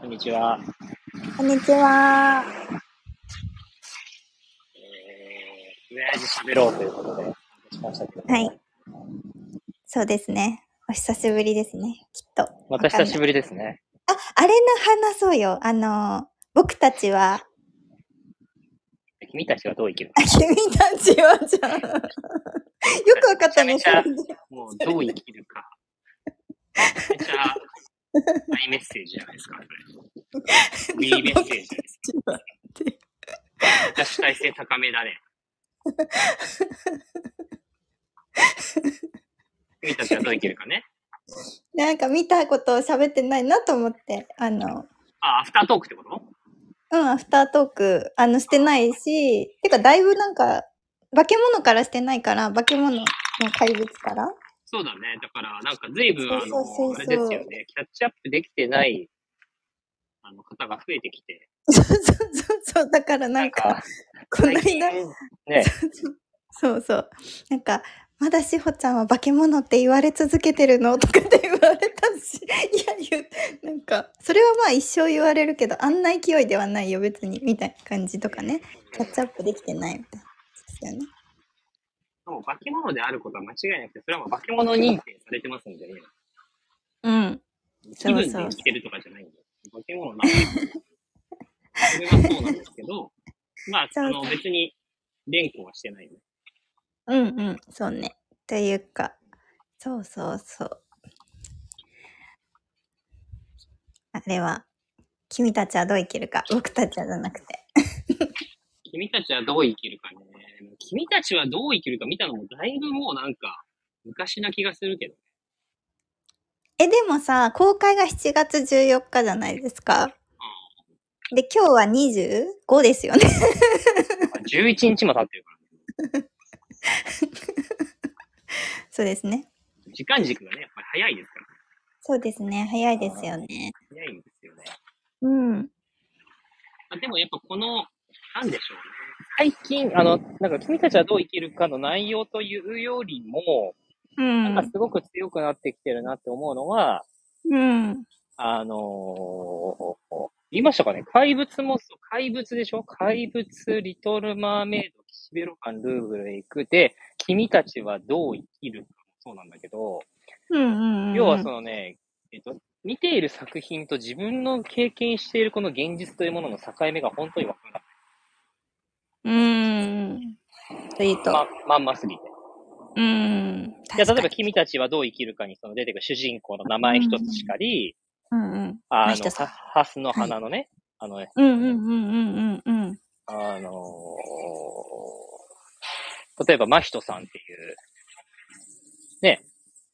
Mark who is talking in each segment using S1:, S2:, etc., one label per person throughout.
S1: こんにちは。
S2: こんにちは。
S1: えー、とりあえず喋ろうということで、参加しましたけど、
S2: はい。そうですね。お久しぶりですね。きっと。
S1: また久しぶりですね。
S2: あ、あれの話そうよ。あの、僕たちは、
S1: 君たちはどう生きる
S2: あ、君たちは じゃん。よくわかったね。
S1: めちゃめちもう、どう生きるか。めちゃめちゃ、大メッセージじゃないですか、そ れ。いいメッセージじゃないですか。めっちゃ主体性高めだね。君たちはどう生きるかね。
S2: なんか見たことを喋ってないなと思って、あの、
S1: あ、アフタートークってこと
S2: うん、アフタートーク、あの、してないし、てか、だいぶなんか、化け物からしてないから、化け物の怪物から。
S1: そうだね。だから、なんか随分、あ
S2: そうそうそうそ
S1: の、
S2: う
S1: あれですよね。キャッチアップできてない、あの、方が増えてきて。
S2: そうそうそうそう、だからなんか、、この
S1: 最近
S2: 間、
S1: ね、
S2: そうそう。なんか、まだ志保ちゃんは化け物って言われ続けてるのとかって言われたし、 いや、言う、なんか、それはまあ一生言われるけど、あんな勢いではないよ、別に、みたいな感じとかね。キャッチアップできてないみたいな。ですよね。
S1: もう化け物であることは間違いなくて、それはもう化け物認定されてますんでね。
S2: うん。
S1: 気分で生きてるとかじゃないんで。化け物なんで。それはそうなんですけど、まあ、あの、
S2: そうそう
S1: 別に、連呼はしてないよね。
S2: うんうん、そうね。というか、そうそうそう。あれは、君たちはどう生きるか、僕たちはじゃなくて。
S1: 君たちはどう生きるかね。君たちはどう生きるか見たのも、だいぶもうなんか、昔な気がするけど。
S2: え、でもさ、公開が7月14日じゃないですか。で、今日は25ですよね。
S1: 11日も経ってるから、
S2: そうですね。
S1: ね、時間軸がね、やっぱり早いですから、
S2: そうですね。早いですよね。
S1: 早いんですよね。
S2: うん。
S1: あでもやっぱこの、なんでしょうね。最近、あの、なんか君たちはどう生きるかの内容というよりも、
S2: う
S1: なんか
S2: ん
S1: す。ごく強くなってきてるなって思うのは、
S2: うん。
S1: あのー言いましたかね怪物もそう、怪物でしょ怪物、リトル・マーメイド、岸辺露伴、ルーブルへ行くで、君たちはどう生きるかもそうなんだけど、
S2: うんうん。
S1: 要はそのね、えっと、見ている作品と自分の経験しているこの現実というものの境目が本当にわからない。
S2: うん。というと。
S1: ま、まんますぎて。
S2: うん。
S1: いや、例えば
S2: 確かに
S1: 君たちはどう生きるかにその出てくる主人公の名前一つしかり、
S2: うんうん。まあ
S1: あ
S2: 一
S1: の、
S2: つ
S1: はハスの花のね、あのね、
S2: うんうんうんうんうんうん。
S1: あのー例えば真人さんっていう、ね、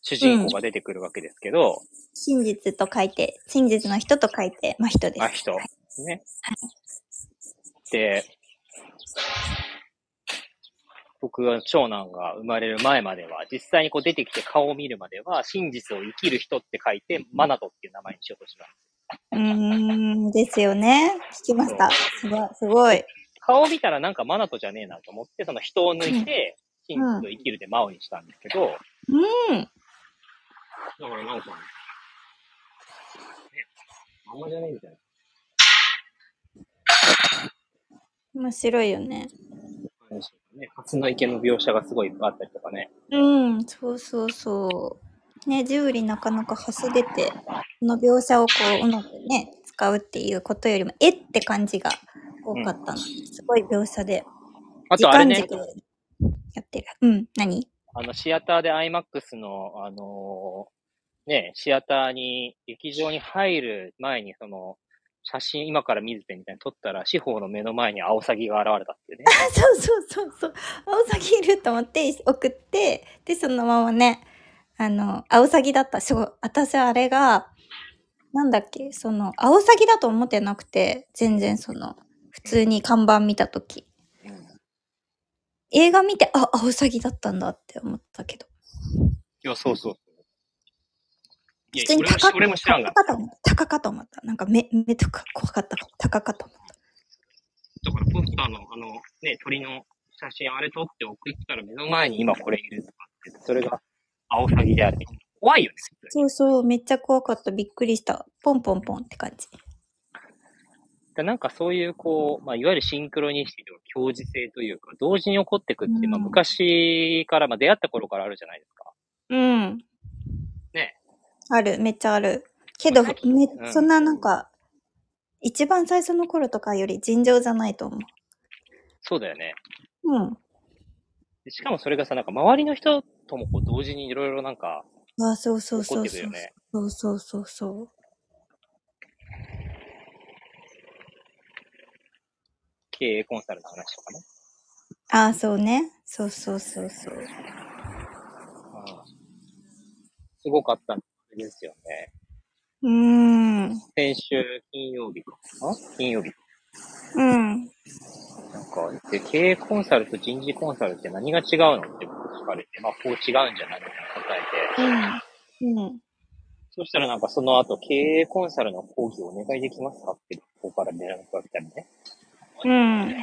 S1: 主人公が出てくるわけですけど、
S2: 真実と書いて、真実の人と書いて、まあ人です。
S1: 真人、ね。で、僕は長男が生まれる前までは、実際にこう出てきて顔を見るまでは、真実を生きる人って書いて、マナトっていう名前にしようとした。
S2: うーん。ですよね。聞きました。すごい。すごい。
S1: 顔を見たらなんかマナトじゃねえなと思って、その人を抜いて、真
S2: うん
S1: 実を生きるでマオにしたんですけど、
S2: うん。
S1: だからなんか、ね、あんまじゃねえみたいな。
S2: 面白いよね。
S1: 感じとかね、初の池の描写がすごいいっぱいあったりとかね。
S2: うん、そうそうそう。ね、ジブリなかなか端出て、この描写をこう、うまくね、使うっていうことよりも、えって感じが多かったの。すごい描写で、
S1: あ
S2: 時
S1: とあれ
S2: 間
S1: ね
S2: 軸、でやってる。うん、何
S1: あの、シアターで IMAX の、あのーね、シアターに、劇場に入る前に、その、写真今から見るてみたいに撮ったら、司法の目の前にアオサギが現れたっていうね。
S2: あ、そうそうそうそう。アオサギいると思って送って、で、そのままね、あの、アオサギだった。そう、私あれが、なんだっけ、その、アオサギだと思ってなくて、全然その、普通に看板見たとき。
S1: うん
S2: 映画見て、あ、アオサギだったんだって思ったけど。
S1: いや、そうそう。い
S2: 普
S1: や
S2: 通、
S1: 俺
S2: に
S1: も
S2: 高
S1: し
S2: か
S1: 俺も知らんが。
S2: 高かと思った。高かと思った。なんか目、目とか怖かったから高かと思っ
S1: だからポスターのあの、ね、鳥の写真あれ撮って送ったら目の前に今これいるとかって、それがアオサギである。怖いよね。
S2: た。そうそう、めっちゃ怖かった。びっくりした。ポンポンポンって感じ。
S1: らなんかそういう、こう、まあ、いわゆるシンクロニシティとか、共時性というか、同時に起こってくって、まあ、
S2: うん
S1: 昔から、まあ、出会った頃からあるじゃないですか。
S2: うん。
S1: ね。
S2: ある、めっちゃある。けど、
S1: まあさっ
S2: め
S1: きうん
S2: そんななんか、一番最初の頃とかより尋常じゃないと思
S1: そうだよね。
S2: う。うん。
S1: でしかもそれがさ、なんか周りの人ともこう同時にいろいろなんか
S2: ああ、そうそう
S1: 起こ
S2: そ
S1: って
S2: う
S1: くる
S2: そ
S1: よ
S2: う。
S1: ね。
S2: そうそうそうそう。
S1: 経営コンサルの話とかね。
S2: ああ、そうね。そうそうそうそう。
S1: うんすごかったんですよね。
S2: うーん。
S1: 先週金曜日かな金曜日。
S2: うん。
S1: なんか、で、経営コンサルと人事コンサルって何が違うのって僕聞かれて、まあ、こう違うんじゃないみたいな答えて、
S2: うん。うん。
S1: そしたらなんかその後、経営コンサルの講義をお願いできますかって、ここから連絡が来たりね。
S2: うん。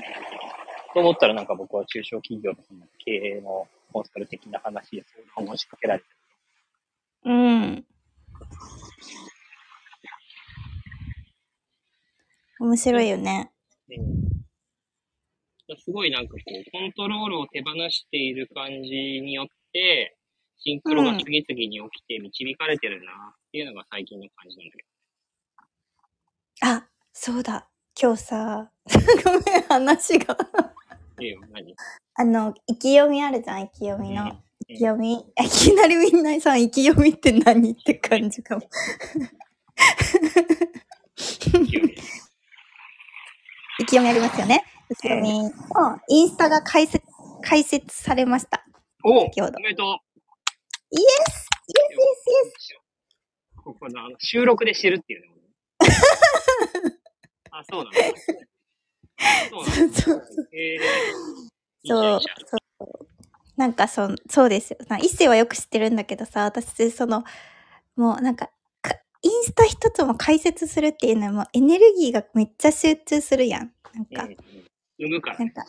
S1: と思ったらなんか僕は中小企業のその経営のコンサル的な話で相談を持ちかけられて、
S2: うん。面白いよね。
S1: すごいなんかこう、コントロールを手放している感じによって、シンクロが次々に起きて導かれてるなっていうのが最近の感じなんだけ
S2: あ、そうだ。今日さ、 ごめん、話が。
S1: ど。ええよ、何
S2: あの、意気読みあるじゃん、意気読み
S1: うん
S2: の
S1: うん。
S2: 意気読み。 いきなりみんなさん、意気読みって何って感じかも。
S1: 勢いで
S2: 意気読みありますよね。意気読みのインスタが開設、開設されました。
S1: お
S2: 先ほど
S1: おめでと
S2: イエスイエスイエス
S1: うここのあの収録で知るっていうね。あ、そうなんだ。そうなんだ。
S2: そう
S1: ええ
S2: そう
S1: いいじゃんいい
S2: なんかそんそうですよ。な一世はよく知ってるんだけどさ、私そのもうなんかかインスタ一つも解説するっていうのはもうエネルギーがめっちゃ集中するやん。なん
S1: じゃ
S2: か、
S1: んうんうん産むから
S2: な
S1: ね。
S2: んか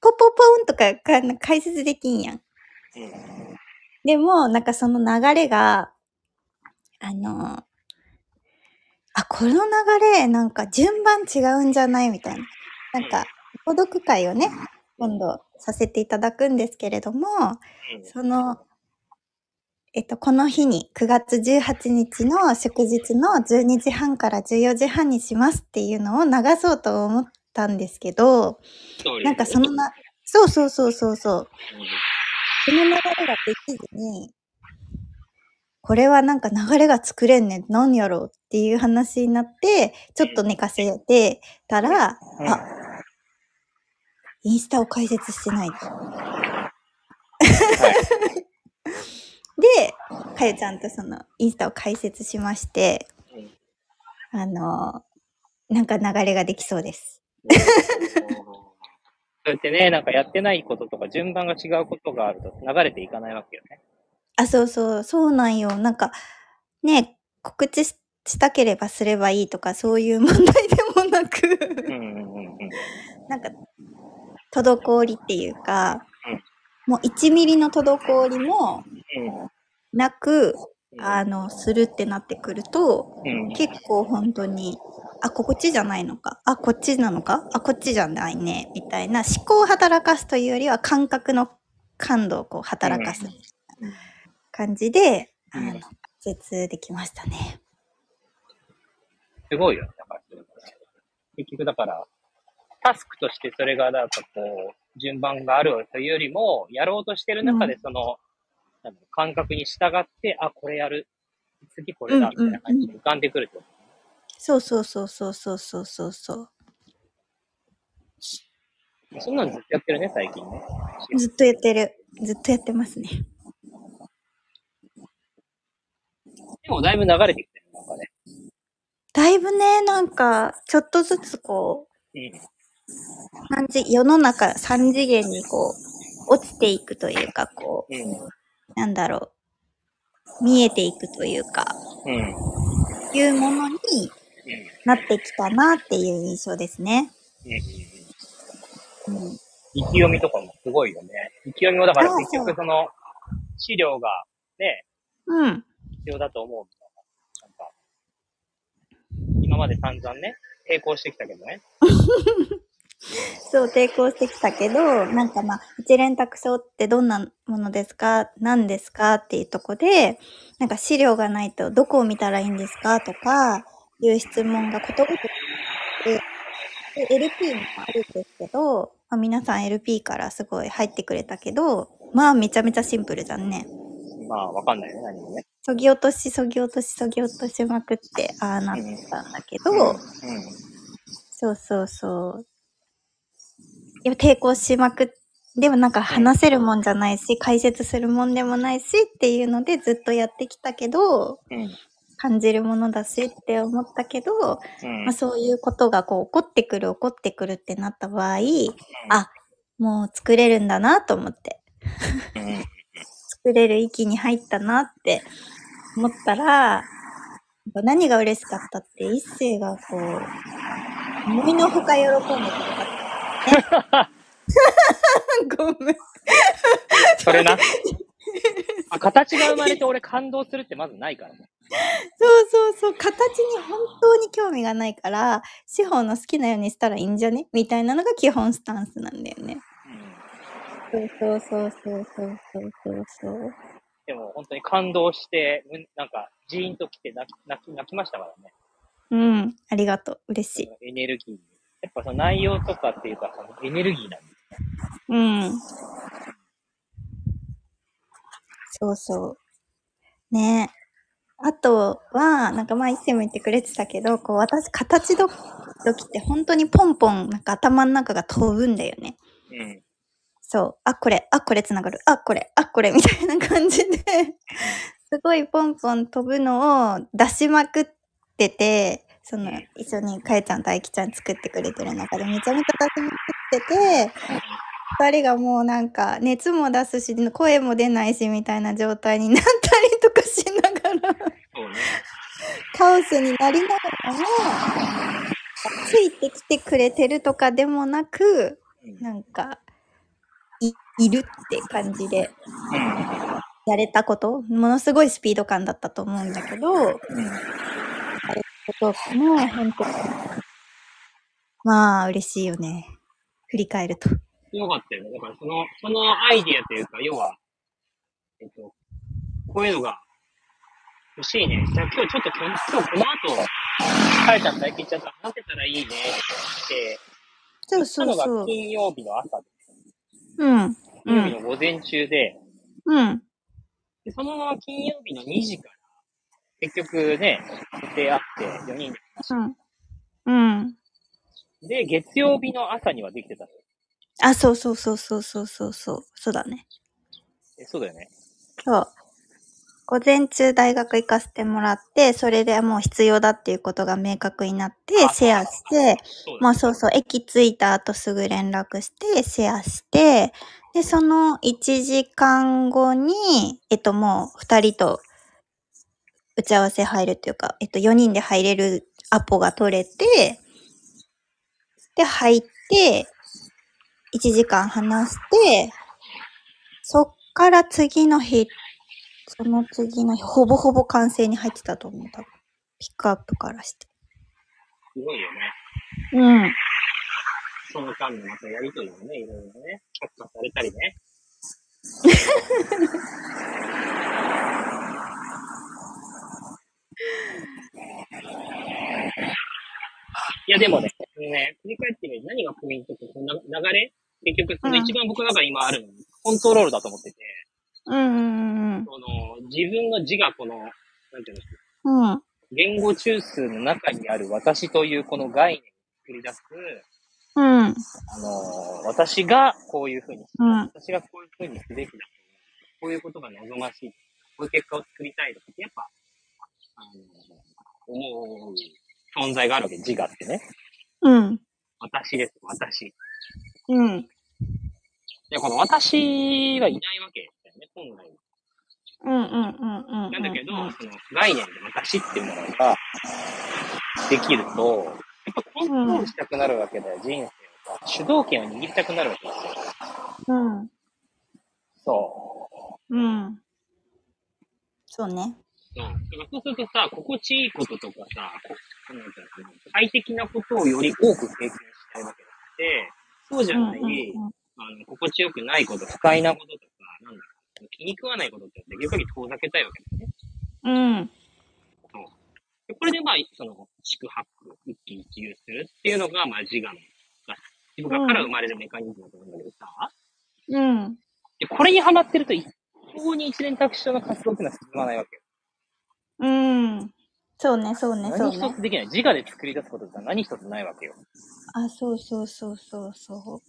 S2: ポポポンとかかなんか解説できんやん。
S1: うん
S2: でもなんかその流れがあのーあこの流れなんか順番違うんじゃないみたいな。なんか朗読会をね今度させていただくんですけれども。
S1: うん
S2: その、えっと、この日に9月18日の祝日の12時半から14時半にしますっていうのを流そうと思ったんですけど、なんかそのな、そうそうそうそうそう、その流れができずに、これはなんか流れが作れんねん、何やろうっていう話になって、ちょっと寝かせてたら、
S1: うん
S2: あ、インスタを開設してないと。 で、かゆちゃんとそのインスタを開設しまして、あの、なんか流れができそうです。
S1: そうやってね、なんかやってないこととか順番が違うことがあると流れていかないわけよね。
S2: あ、そうそう、そうなんよ。なんか、ね、告知ししたければすればいいとか、そういう問題でもな
S1: う
S2: く、
S1: んうんうんうん。
S2: なんか、滞りっていうか
S1: うん、
S2: もう1ミリの滞りもなく、あの、するってなってくると、
S1: うん。うん。
S2: 結構本当にあこっちじゃないのかあこっちなのかあこっちじゃないねみたいな思考を働かすというよりは感覚の感度をこう働かす
S1: うん
S2: 感じで、
S1: うん
S2: あの設できましたね。
S1: すごいよね。だからそれもね結局だから、タスクとしてそれがなんかこう、順番があるというよりも、やろうとしてる中でその、なんだろう感覚に従って、あ、これやる。次これだ、みたいな感じで浮かんでくるってこと。
S2: そうそうそうそうそうそうそうそう
S1: そんなのずっとやってるね、最近ね。
S2: ずっとやってるずっとやってますね。
S1: でもだいぶ流れてきてる、なんかね。
S2: だいぶねなんかちょっとずつこう
S1: うん。
S2: 三次世の中三次元にこう落ちていくというかこ
S1: う
S2: うなんだろう見えていくというか。
S1: ん。うん。
S2: いうものになってきたなっていう印象ですね。
S1: うん。
S2: うん、
S1: 意気読みとかもすごいよね。意気読みもだから
S2: あ
S1: 結
S2: そう
S1: 局その、資料がね、
S2: うん、
S1: 必要だと思うみたいな。なんか、今まで散々ね、抵抗してきたけどね。
S2: そう、抵抗してきたけど、なんかまあ、一連卓書ってどんなものですか何ですかっていうとこで、なんか資料がないとどこを見たらいいんですかとか、いう質問がことごとくで、で LP もあるんですけど、まあ、皆さん LP からすごい入ってくれたけど、まあめちゃめちゃシンプルじゃんね。
S1: まあ、わかんないよね、何もね。
S2: そぎ落とし、そぎ落とし、そぎ落としまくって、ああなったんだけど、
S1: んう
S2: そうそうそう。いや抵抗しまくっでもなんか話せるもんじゃないし、解説するもんでもないしっていうのでずっとやってきたけど、
S1: ん。
S2: 感じるものだしって思ったけど、
S1: うん。う
S2: まあ、
S1: ん。
S2: そういうことがこう起こってくる起こってくるってなった場合、あ、もう作れるんだなと思って、
S1: うん。
S2: 作れる域に入ったなって思ったら、何が嬉しかったって一世がこう、思いのほか喜んでくれたね。 ごめん。
S1: それな。 あ形が生まれて俺感動するってまずないからね。
S2: そうそうそう、形に本当に興味がないから、司法の好きなようにしたらいいんじゃねみたいなのが基本スタンスなんだよね。
S1: うん。
S2: そうそうそうそうそうそうそうそう。
S1: でも本当に感動して、むなんかジーンと来て泣き泣き泣きましたからね。
S2: うん、ありがとう。嬉しい。
S1: エネルギー。やっぱその内容とかっていうか、そのエネルギーなんで。
S2: うん。そうそう。ねえ。あとは、なんかまあ一世も言ってくれてたけど、こう私、形ドドキって本当にポンポン、なんか頭の中が飛ぶんだよね。
S1: うん。
S2: そう。あ、これ、あ、これつながる。あ、これ、あ、これ、みたいな感じで、すごいポンポン飛ぶのを出しまくってて、その、一緒にかえちゃんとあいきちゃん作ってくれてる中でめちゃめちゃ出しまくってて、二人がもうなんか熱も出すし、声も出ないしみたいな状態になったりとかしながら、
S1: そうね。
S2: カオスになりながらも、ついてきてくれてるとかでもなく、
S1: うん。
S2: なんか、いいるって感じでやれたこと、ものすごいスピード感だったと思うんだけど、
S1: うん。
S2: ことも本当にまあ、嬉しいよね。振り返ると。
S1: よかったよね。だからその、そのアイディアというか、要は、えっと、こういうのが欲しいね。じゃあ今日ちょっと今日、今日この後、かえちゃんとあいきちゃんと話せたらいいねって、
S2: そう
S1: そ
S2: そう
S1: のが
S2: そう。
S1: 金曜日の朝で、
S2: うん。う
S1: 金曜日
S2: ん。
S1: の午前中で、
S2: うん。
S1: で、そのまま金曜日の2時から、結局ね、出てあって、4人
S2: うん。うん。
S1: で。で、月曜日の朝にはできてたの
S2: あ、そうそうそうそうそうそうそう。そうだね。
S1: えそうだよね。
S2: そう。午前中大学行かせてもらって、それでもう必要だっていうことが明確になって
S1: あ、
S2: シェアして、
S1: そうだ
S2: ま
S1: よ
S2: あそうそう、駅着いた後すぐ連絡して、シェアして、で、その1時間後に、えっともう2人と打ち合わせ入るというか、えっと4人で入れるアポが取れて、で、入って、1時間話して、そっから次の日、その次の日、ほぼほぼ完成に入ってたと思う。多分ピックアップからして。
S1: すごいよね。
S2: うん。
S1: その間のまたやりとりもね、いろいろね、却下されたりね。 いや、でもね、ね、振り返ってみる何がポイントって、この流れ結局、その一番僕の中で今あるの、コントロールだと思ってて、
S2: うんうん
S1: その、自分の自我、この、なんていうの、
S2: うん。うん。
S1: 言語中枢の中にある私というこの概念を作り出す、
S2: うん。
S1: あのー私がこういうふうに、
S2: うん
S1: 私がこういうふうにすべきだ。こういうことが望ましい。こういう結果を作りたいとかって、やっぱ、あのー思う存在があるわけ、自我ってね。
S2: うん。
S1: 私です、私。
S2: うん。
S1: で、この私がいないわけだよね、本来は。
S2: うんうんうんうん。
S1: なんだけど、その概念で私っていうものができると、やっぱコントロールしたくなるわけだよ、人生をさ。主導権を握りたくなるわけですよ。
S2: うん。
S1: そ
S2: うん。そうね。
S1: そう。だからそうするとさ、心地いいこととかさ、こうなんていうのかな快適なことをより多く経験したいわけであって、そうじゃない、あの、心地よくないこと、不快なこととか、なんだろう、気に食わないことってできる限り遠ざけたいわけだよね。
S2: うん。
S1: でこれでまあ、その、宿泊、一喜一憂するっていうのが、まあ自我の、が自我から生まれるメカニズムだと思うんだけどさ、
S2: うん。
S1: で、これにハマってると、一向に一連卓上の活動っていうのは進まないわけよ。
S2: うん。そうね、そうね、そ
S1: 何
S2: う
S1: 一
S2: ね。
S1: つできない。自我で作り出すことって何一つないわけよ。
S2: あ、そうそうそうそうそ
S1: だか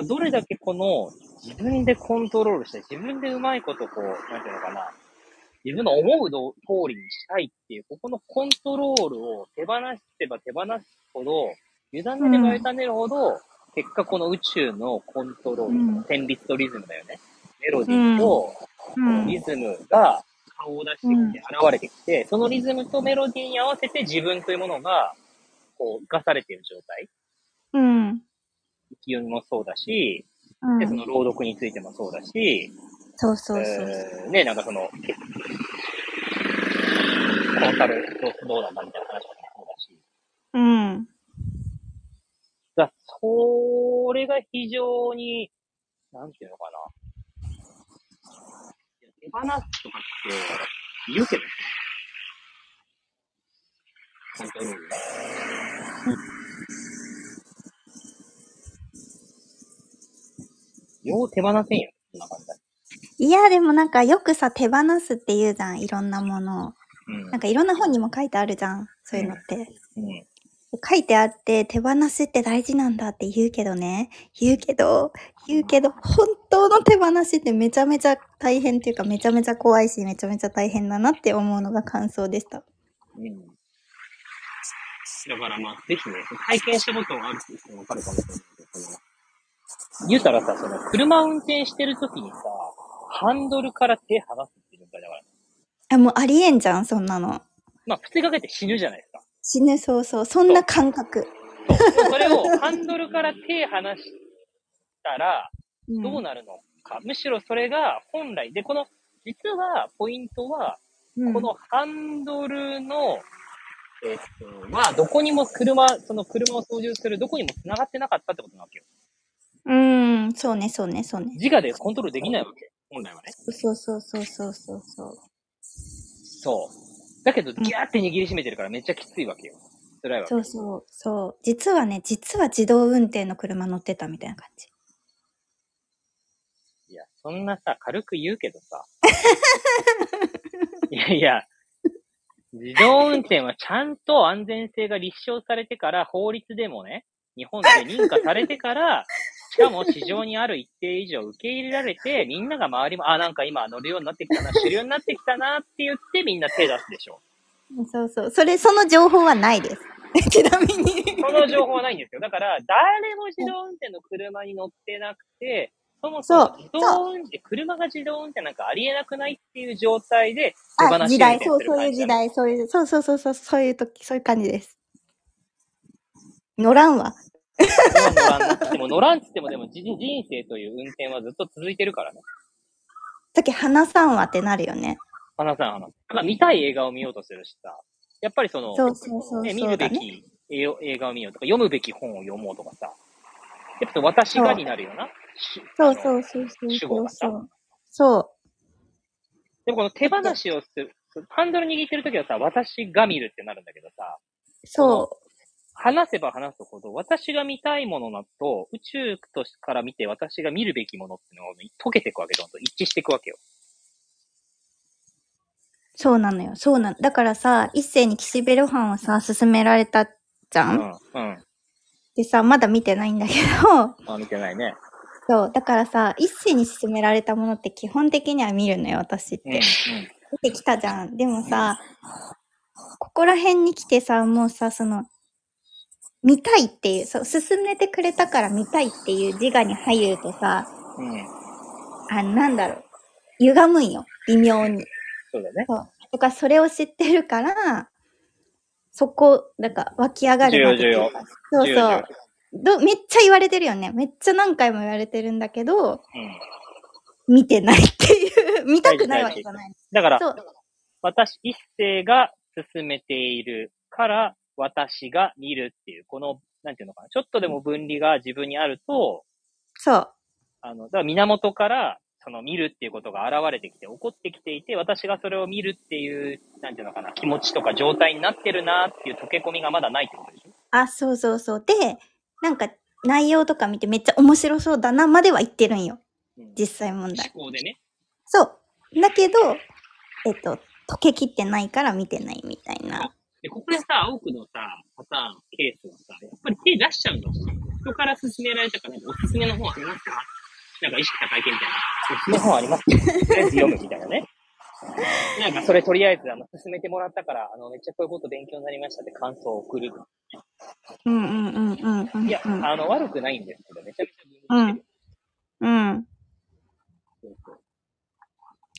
S1: らどれだけこの、自分でコントロールして、自分でうまいことこう、なんていうのかな、自分の思うど通りにしたいっていう、ここのコントロールを手放せば手放すほど、委ねれば委ねるほど、結果この宇宙のコントロール、
S2: うん
S1: 旋律とリズムだよね。メロディーと、
S2: う。う
S1: この
S2: ん。
S1: リズムが顔を出してきて、
S2: うん
S1: 現れてきて、そのリズムとメロディーに合わせて自分というものが、こう、生かされている状態。
S2: うん。
S1: 勢いもそうだし、
S2: う
S1: で、そ
S2: ん。
S1: の朗読についてもそうだし、
S2: そうそうそうそう。
S1: えーね、なんかその、コンサルどうどうなんだみたいな話もそうだし。
S2: うん。
S1: だそれが非常に、なんていうのかな。手放すとかって言うけどね。コントロール。よう手放せんよ、そんな感じだ。
S2: いや、でもなんかよくさ、手放すって言うじゃん、いろんなものを。
S1: うん
S2: なんかいろんな本にも書いてあるじゃん、そういうのって。
S1: うん。
S2: 書いてあって、手放すって大事なんだって言うけどね。言うけど、言うけど、本当の手放しってめちゃめちゃ大変っていうか、めちゃめちゃ怖いし、めちゃめちゃ大変だなって思うのが感想でした。
S1: うん。だからまあ、ぜひね、体験したことがある人もわかるかもしれないけど、その、言うたらさ、その、車運転してるときにさ、ハンドルから手離すっていう状態だから、
S2: あ、もうありえんじゃん、そんなの。
S1: まあ、普通にかけて死ぬじゃないですか。
S2: 死ぬ、そうそう。そんな感覚。
S1: そうそれをハンドルから手離したら、
S2: うん
S1: どうなるのか。むしろそれが本来、で、この、実は、ポイントは、
S2: うん
S1: このハンドルの、えっと、まあ、どこにも車、その車を操縦するどこにも繋がってなかったってことなわけよ。
S2: うん、そうね、そうね、そうね。
S1: 自我でコントロールできないわけ。本来はね。
S2: そうそうそうそうそうそう。
S1: そう。だけど、ギャーって握りしめてるからめっちゃきついわけよ。辛いわけ
S2: そ。うそうそう。実はね、実は自動運転の車乗ってたみたいな感じ。
S1: いや、そんなさ、軽く言うけどさ。いやいや、自動運転はちゃんと安全性が立証されてから、法律でもね、日本で認可されてから、しかも市場にある一定以上受け入れられて、みんなが周りも、あ、なんか今乗るようになってきたな、知るようになってきたなって言ってみんな手出すでしょ。
S2: そうそう。それ、その情報はないです。 ちなみに。
S1: その情報はないんですよ。だから、誰も自動運転の車に乗ってなくて、そもそ
S2: そう
S1: も自動運転、車が自動運転なんかありえなくないっていう状態で手放し
S2: あ、時
S1: 運
S2: 代、
S1: 転
S2: そう、
S1: する
S2: そういう
S1: 感じ
S2: 時
S1: なの。
S2: 代、そういう、そうそうそうそう、そういう時、そういう感じです。乗らんわ。
S1: 乗らんっつっても、乗らんっつっても、でも人人生という運転はずっと続いてるからね。
S2: さっき話さんわってなるよね。
S1: 花さん、花さん。まあ、見たい映画を見ようとするしさ、やっぱりその、
S2: そうそうそう
S1: ね、見
S2: そう
S1: る
S2: だ
S1: べ
S2: ね
S1: き映映画を見ようとか、読むべき本を読もうとかさ、やっぱ私がになるよな。し
S2: そうそうそうそう
S1: 主
S2: そ
S1: 語
S2: う
S1: が
S2: そ
S1: さ
S2: う。そ
S1: でもこの手放しをする、ハンドル握ってるときはさ、私が見るってなるんだけどさ、
S2: う、そ
S1: 話せば話すほど、私が見たいものだと、宇宙としから見て私が見るべきものってのが溶けていくわけどんどん一致していくわけよ。
S2: う、そうなのよ。そうなの。だからさ、一斉に岸辺露伴をさ、勧められたじゃ、
S1: うんん。うん。
S2: でさ、まだ見てないんだけど、
S1: あ、見てないね。
S2: そう、だからさ、一世に勧められたものって基本的には見るのよ、私って。
S1: うん。うん。
S2: 見てきたじゃん。でもさ、ここら辺に来てさ、もうさ、その、見たいっていう、そう、進めてくれたから見たいっていう自我に入るとさ、
S1: うん。
S2: あ、なんだろう、歪むんよ、微妙に。
S1: そうだね。
S2: そう。とか、それを知ってるから、そこ、なんか、湧き上がるまで
S1: 重要
S2: っていうかそう
S1: 重
S2: そうど。めっちゃ言われてるよね。めっちゃ何回も言われてるんだけど、
S1: 要うん。
S2: 見てないっていう、見たくないわけじゃない。
S1: だから、
S2: そう。
S1: 私一世が進めているから、私が見るっていう、この、なんていうのかな、ちょっとでも分離が自分にあると、
S2: そう。
S1: あの、だから源から、その見るっていうことが現れてきて、起こってきていて、私がそれを見るっていう、なんていうのかな、気持ちとか状態になってるなっていう溶け込みがまだないってことでしょ
S2: あ、そうそうそう。で、なんか内容とか見てめっちゃ面白そうだなまでは言ってるんよ。
S1: うん
S2: 実際問題。
S1: 思考でね。
S2: そう。だけど、えっと、溶けきってないから見てないみたいな。
S1: で、ここでさ、青くのさ、パターン、ケースはさ、やっぱり手出しちゃうんだもん。人から勧められたから、なんかおすすめの本ありますかなんか意識高い系みたいな。おすすめの本ありますかとりあえず読むみたい なね。なんかそれとりあえず、あの、勧めてもらったから、あの、めっちゃこういうこと勉強になりましたって感想を送る。
S2: うんうんうんうんうん
S1: いや、
S2: うん。
S1: あの、悪くないんですけど、めちゃめちゃ
S2: う
S1: 分
S2: ん。うん。
S1: そうそう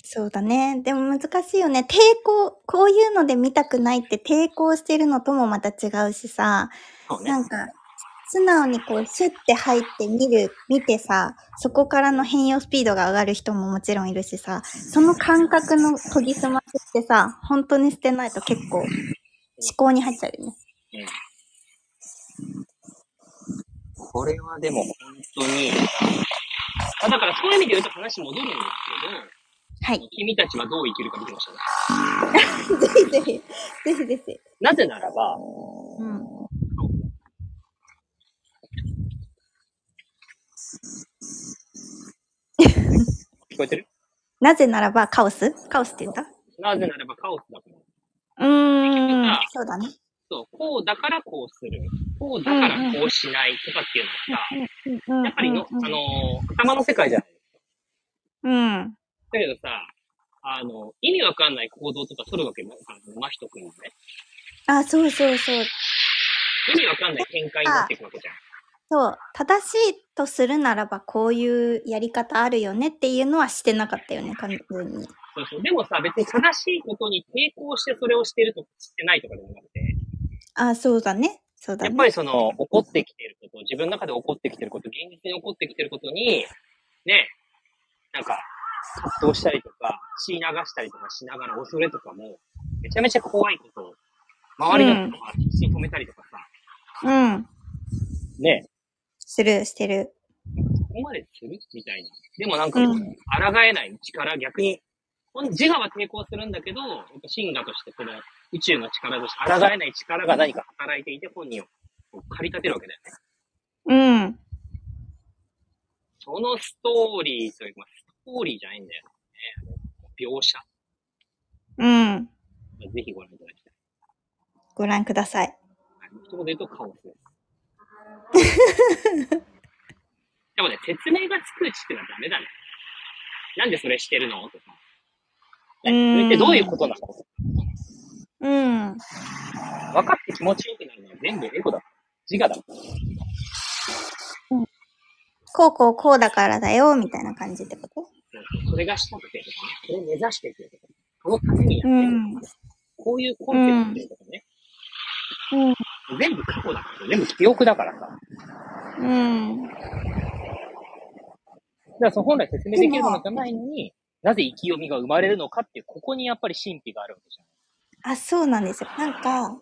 S2: そうだね。でも難しいよね。抵抗、こういうので見たくないって抵抗してるのともまた違うしさ、
S1: そうね
S2: な。んか、素直にこう、シュッて入って見る、見てさ、そこからの変容スピードが上がる人ももちろんいるしさ、その感覚の研ぎ澄ませってさ、本当に捨てないと結構、思考に入っちゃうよね。
S1: これはでも本当に、あだからそういう意味で言うと話戻るんです
S2: は
S1: けど
S2: い、。
S1: 君たちはどう生きるか見てましたね。
S2: ぜひぜひ、ぜひぜひ。
S1: なぜならば、
S2: うん。
S1: 聞こえてる
S2: なぜならばカオスカオスって言った
S1: なぜならばカオスだから。
S2: うーん。そうだね。
S1: そう、こうだからこうする。こうだからこうしないとかっていうのがさ、
S2: うん
S1: やっぱりの、
S2: うん
S1: あのー頭の世界じゃない
S2: うん。
S1: だけどさ、あの、意味わかんない行動とか取るわけないからね、真人君はね。
S2: あ、そうそうそう。
S1: 意味わかんない展開になっていくわけじゃん。
S2: そう。正しいとするならば、こういうやり方あるよねっていうのはしてなかったよね、完全に。
S1: そうそう。でもさ、別に正しいことに抵抗してそれをしてるとかしてないとかでもなくて、
S2: あ、そうだね。そうだ
S1: やっ
S2: ね。
S1: ぱりその、起こってきてること、自分の中で起こってきてること、現実に起こってきてることに、ね、なんか、葛藤したりとか、血流したりとかしながら恐れとかも、めちゃめちゃ怖いことを、周りの人が必死に止めたりとかさ、
S2: うん。
S1: ね、
S2: する、してる。
S1: そこまでするみたいな。でもなんか、
S2: う
S1: 抗
S2: ん
S1: えない力、逆に、ほん自我は抵抗するんだけど、やっぱ神我として、この宇宙の力として、抗えない力が何か働いていて、本人をこう駆り立てるわけだよね。
S2: うん。
S1: そのストーリーというか、まあストーリーじゃないんだよね。描写。
S2: うん。
S1: ぜひご覧いただきたい。
S2: ご覧ください。
S1: 一言で言うとカオスです。 でもね、説明がつくうちってのはダメだね。なんでそれしてるのとか。
S2: う
S1: ねそ
S2: ん
S1: れってどういうことなの
S2: うん。
S1: 分かって気持ちよくなるのは全部エゴだ。自我だ。
S2: こうこうこうだからだよ、みたいな感じってこと
S1: それがしたくてとかね、それを目指してっていうとか、このためにやってるとか、こういうコンセプトでとかね、
S2: うん。
S1: 全部過去だから、全部記憶だからさ。だか
S2: うん。
S1: らその本来説明できるものじゃないのに、なぜ生き読みが生まれるのかっていう、ここにやっぱり神秘があるわけじゃん。
S2: あ、そうなんですよ。なんか、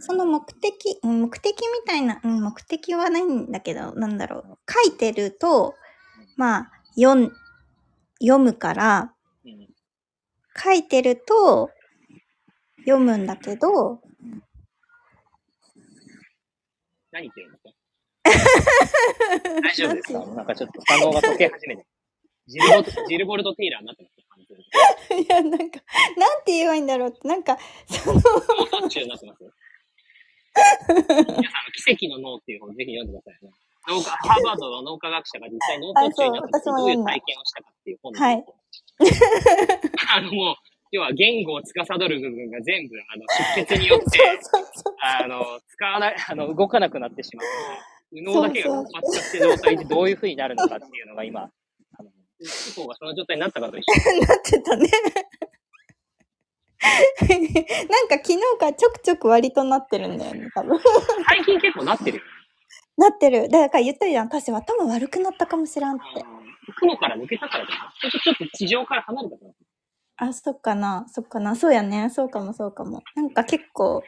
S2: その目的、うん目的みたいな、うん目的はないんだけど、なんだろう。書いてると、まあ、読ん読むから、
S1: うん、
S2: 書いてると読むんだけど、
S1: 何言ってるんですか大丈夫ですかなんかちょっと反応が溶け始めて。ジルボルトジルボルト・テイラーになってますね完全に。
S2: いや、なんか、なんて言えばいいんだろうって、なんか、その、
S1: 放送中になってますよ。皆さん、奇跡の脳っていう本ぜひ読んでくださいね。脳科ハーバードの脳科学者が実際脳卒中になった時
S2: あそう私も
S1: どういう
S2: 読
S1: ん
S2: だ
S1: 体験をしたかっていう本
S2: は
S1: なん
S2: い
S1: ですよ。 あの、もう、要は言語を司る部分が全部、あの、出血によって、
S2: そうそう
S1: あの、使わない、あの、動かなくなってしまう。右脳だけが活発化してる状態でどういうふうになるのかっていうのが今、あの、以降がその状態になったかと一緒
S2: そう、なってたね。 なんか昨日からちょくちょく割となってるんだよね、多分。
S1: 最近結構なってるよね。
S2: なってる。だから言ったじゃん、私頭悪くなったかもしらんっ
S1: あ
S2: て。
S1: の雲から抜けたからかな。ちょっとちょっと地上から離れたから。
S2: あ、そっかな、そっかな、そうやね、そうかもそうかも。なんか結構、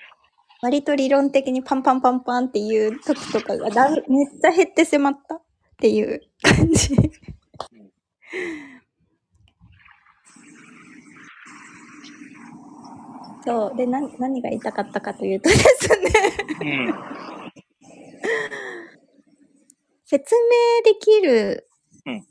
S2: 割と理論的にパンパンパンパンっていう時とかがだいめっちゃ減ってしまったっていう感じ。そう。で、な何が言いたかったかというとですね、
S1: うん。
S2: 説明できる。
S1: うん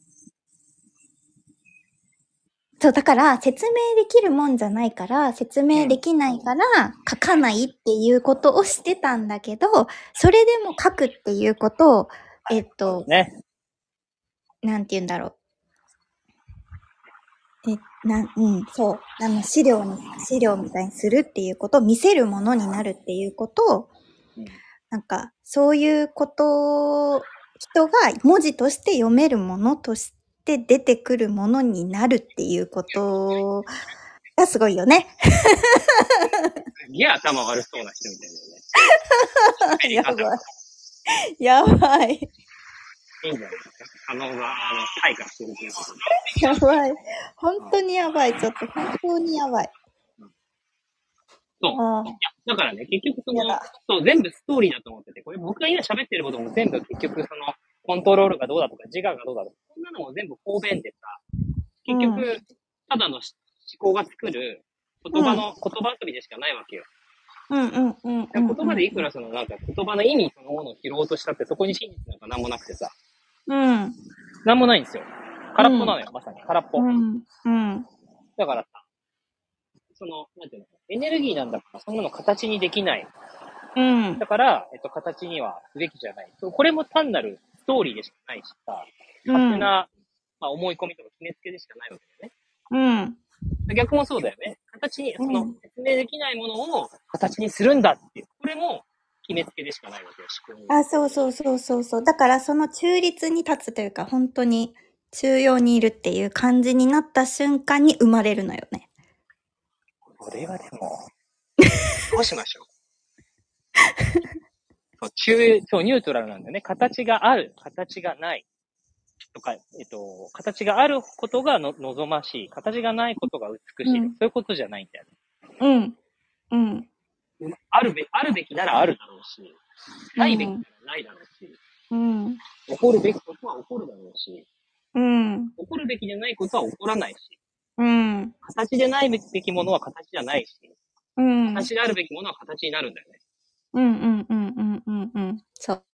S2: そう、だから説明できるもんじゃないから、説明できないから書かないっていうことをしてたんだけど、それでも書くっていうことを、えっと、
S1: ね。
S2: なんて言うんだろう。え、なん、うん、そう。あの、資料に、資料みたいにするっていうことを見せるものになるっていうことを、
S1: うん
S2: なんか、そういうことを、人が文字として読めるものとして出てくるものになるっていうことがすごい よね。
S1: すげえ頭悪そうな人みたいだよね。
S2: やばい。やばい。
S1: いいんじゃないですか。可能が、あの、退化してるということで。
S2: やばい。本当にやばい。ちょっと本当にやばい。
S1: そう。
S2: あー
S1: だからね、結局そ
S2: や
S1: の
S2: だ、
S1: そう、全部ストーリーだと思ってて、これ僕が今喋ってることも全部結局その、コントロールがどうだとか、自我がどうだとか、そんなのも全部方便でさ、結局、
S2: う
S1: ただのし思考が作る言葉の、言葉遊びでしかないわけよ。
S2: うんうんうんうん
S1: だから言葉でいくらその、なんか言葉の意味そのものを拾おうとしたって、そこに真実なんか何もなくてさ、
S2: うん。
S1: 何もないんですよ。空っぽなのよ、まさに。空っぽ。
S2: うん。うん。
S1: だからさ、その、なんていうの、エネルギーなんだから、そんなの形にできない。
S2: うん。
S1: だから、えっと、形にはすべきじゃない。そうこれも単なるストーリーでしかないしさ、勝手な、まあ、思い込みとか決めつけでしかないわけだよ
S2: うん。
S1: ね。逆もそうだよね。形に、その
S2: うん、
S1: 説明できないものを形にするんだっていう。これも決めつけでしかないわけよ、思考に。
S2: あ、そうそうそうそうそう。だからその中立に立つというか、本当に中央にいるっていう感じになった瞬間に生まれるのよね。
S1: これはでも、どうしま しょう。そう、中、そう、ニュートラルなんだよね。形がある、形がない。とか、えっと、形があることがの望ましい。形がないことが美しい。
S2: うん
S1: そういうことじゃないんだよ
S2: うん。うん。
S1: ね。あるべ、あるべきならあるだろうし、ないべきならないだろうし、
S2: うん。
S1: 起こるべきことは起こるだろうし、
S2: うん。
S1: 起こるべきじゃないことは起こらないし、
S2: うん。
S1: 形でないべきものは形じゃないし、
S2: うん。
S1: 形であるべきものは形になるんだよね。
S2: うんうんうんうんうんうん。そう。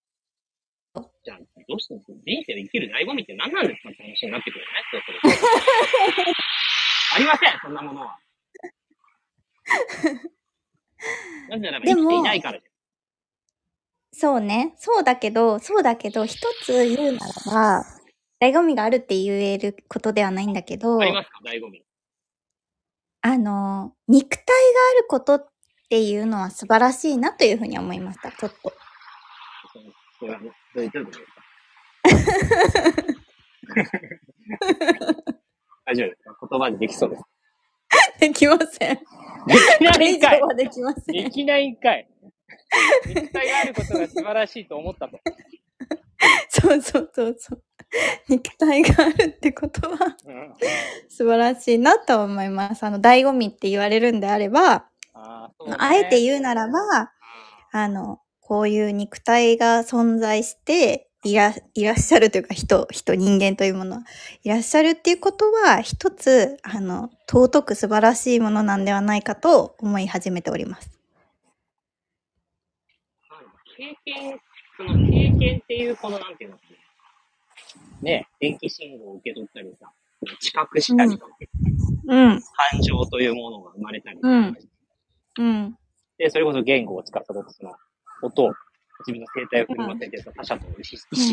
S1: じゃあ、どうしても人生で生きる醍醐味って何なんですかって話になってくるよね、そうすると ありません、そんなものは。なぜならば
S2: で
S1: 生
S2: も
S1: きていないからです。
S2: そうね。そうだけど、そうだけど、一つ言うならば、醍醐味があるって言えることではないんだけど、
S1: ありますか、醍醐味。
S2: あの、肉体があることっていうのは素晴らしいなというふうに思いました、ちょっと。
S1: そのそれはね、どういうどういうことですか 大丈夫ですか言葉にできそうです。
S2: できま せん。
S1: でき ないんかい
S2: はできませ
S1: で。きないんかい 肉体があることが素晴らしいと思ったと。
S2: そうそうそうそう。肉体があるってことは
S1: うん
S2: 素晴らしいなと思います。あの、醍醐味って言われるんであれば、
S1: あーそうね
S2: あえて言うならば、あの、こういう肉体が存在して、いら、いらっしゃるというか、人、人、人間というものは、いらっしゃるっていうことは、一つ、あの、尊く素晴らしいものなんではないかと思い始めております。
S1: はい経験、その経験っていう、このなんていうのかなねえ、電気信号を受け取ったりさ、知覚したりとか、
S2: う
S1: 感
S2: ん、
S1: 情というものが生まれたりとか、
S2: うんうん、
S1: で、それこそ言語を使ったその音を、自分の生態を車せて、その他者と意思意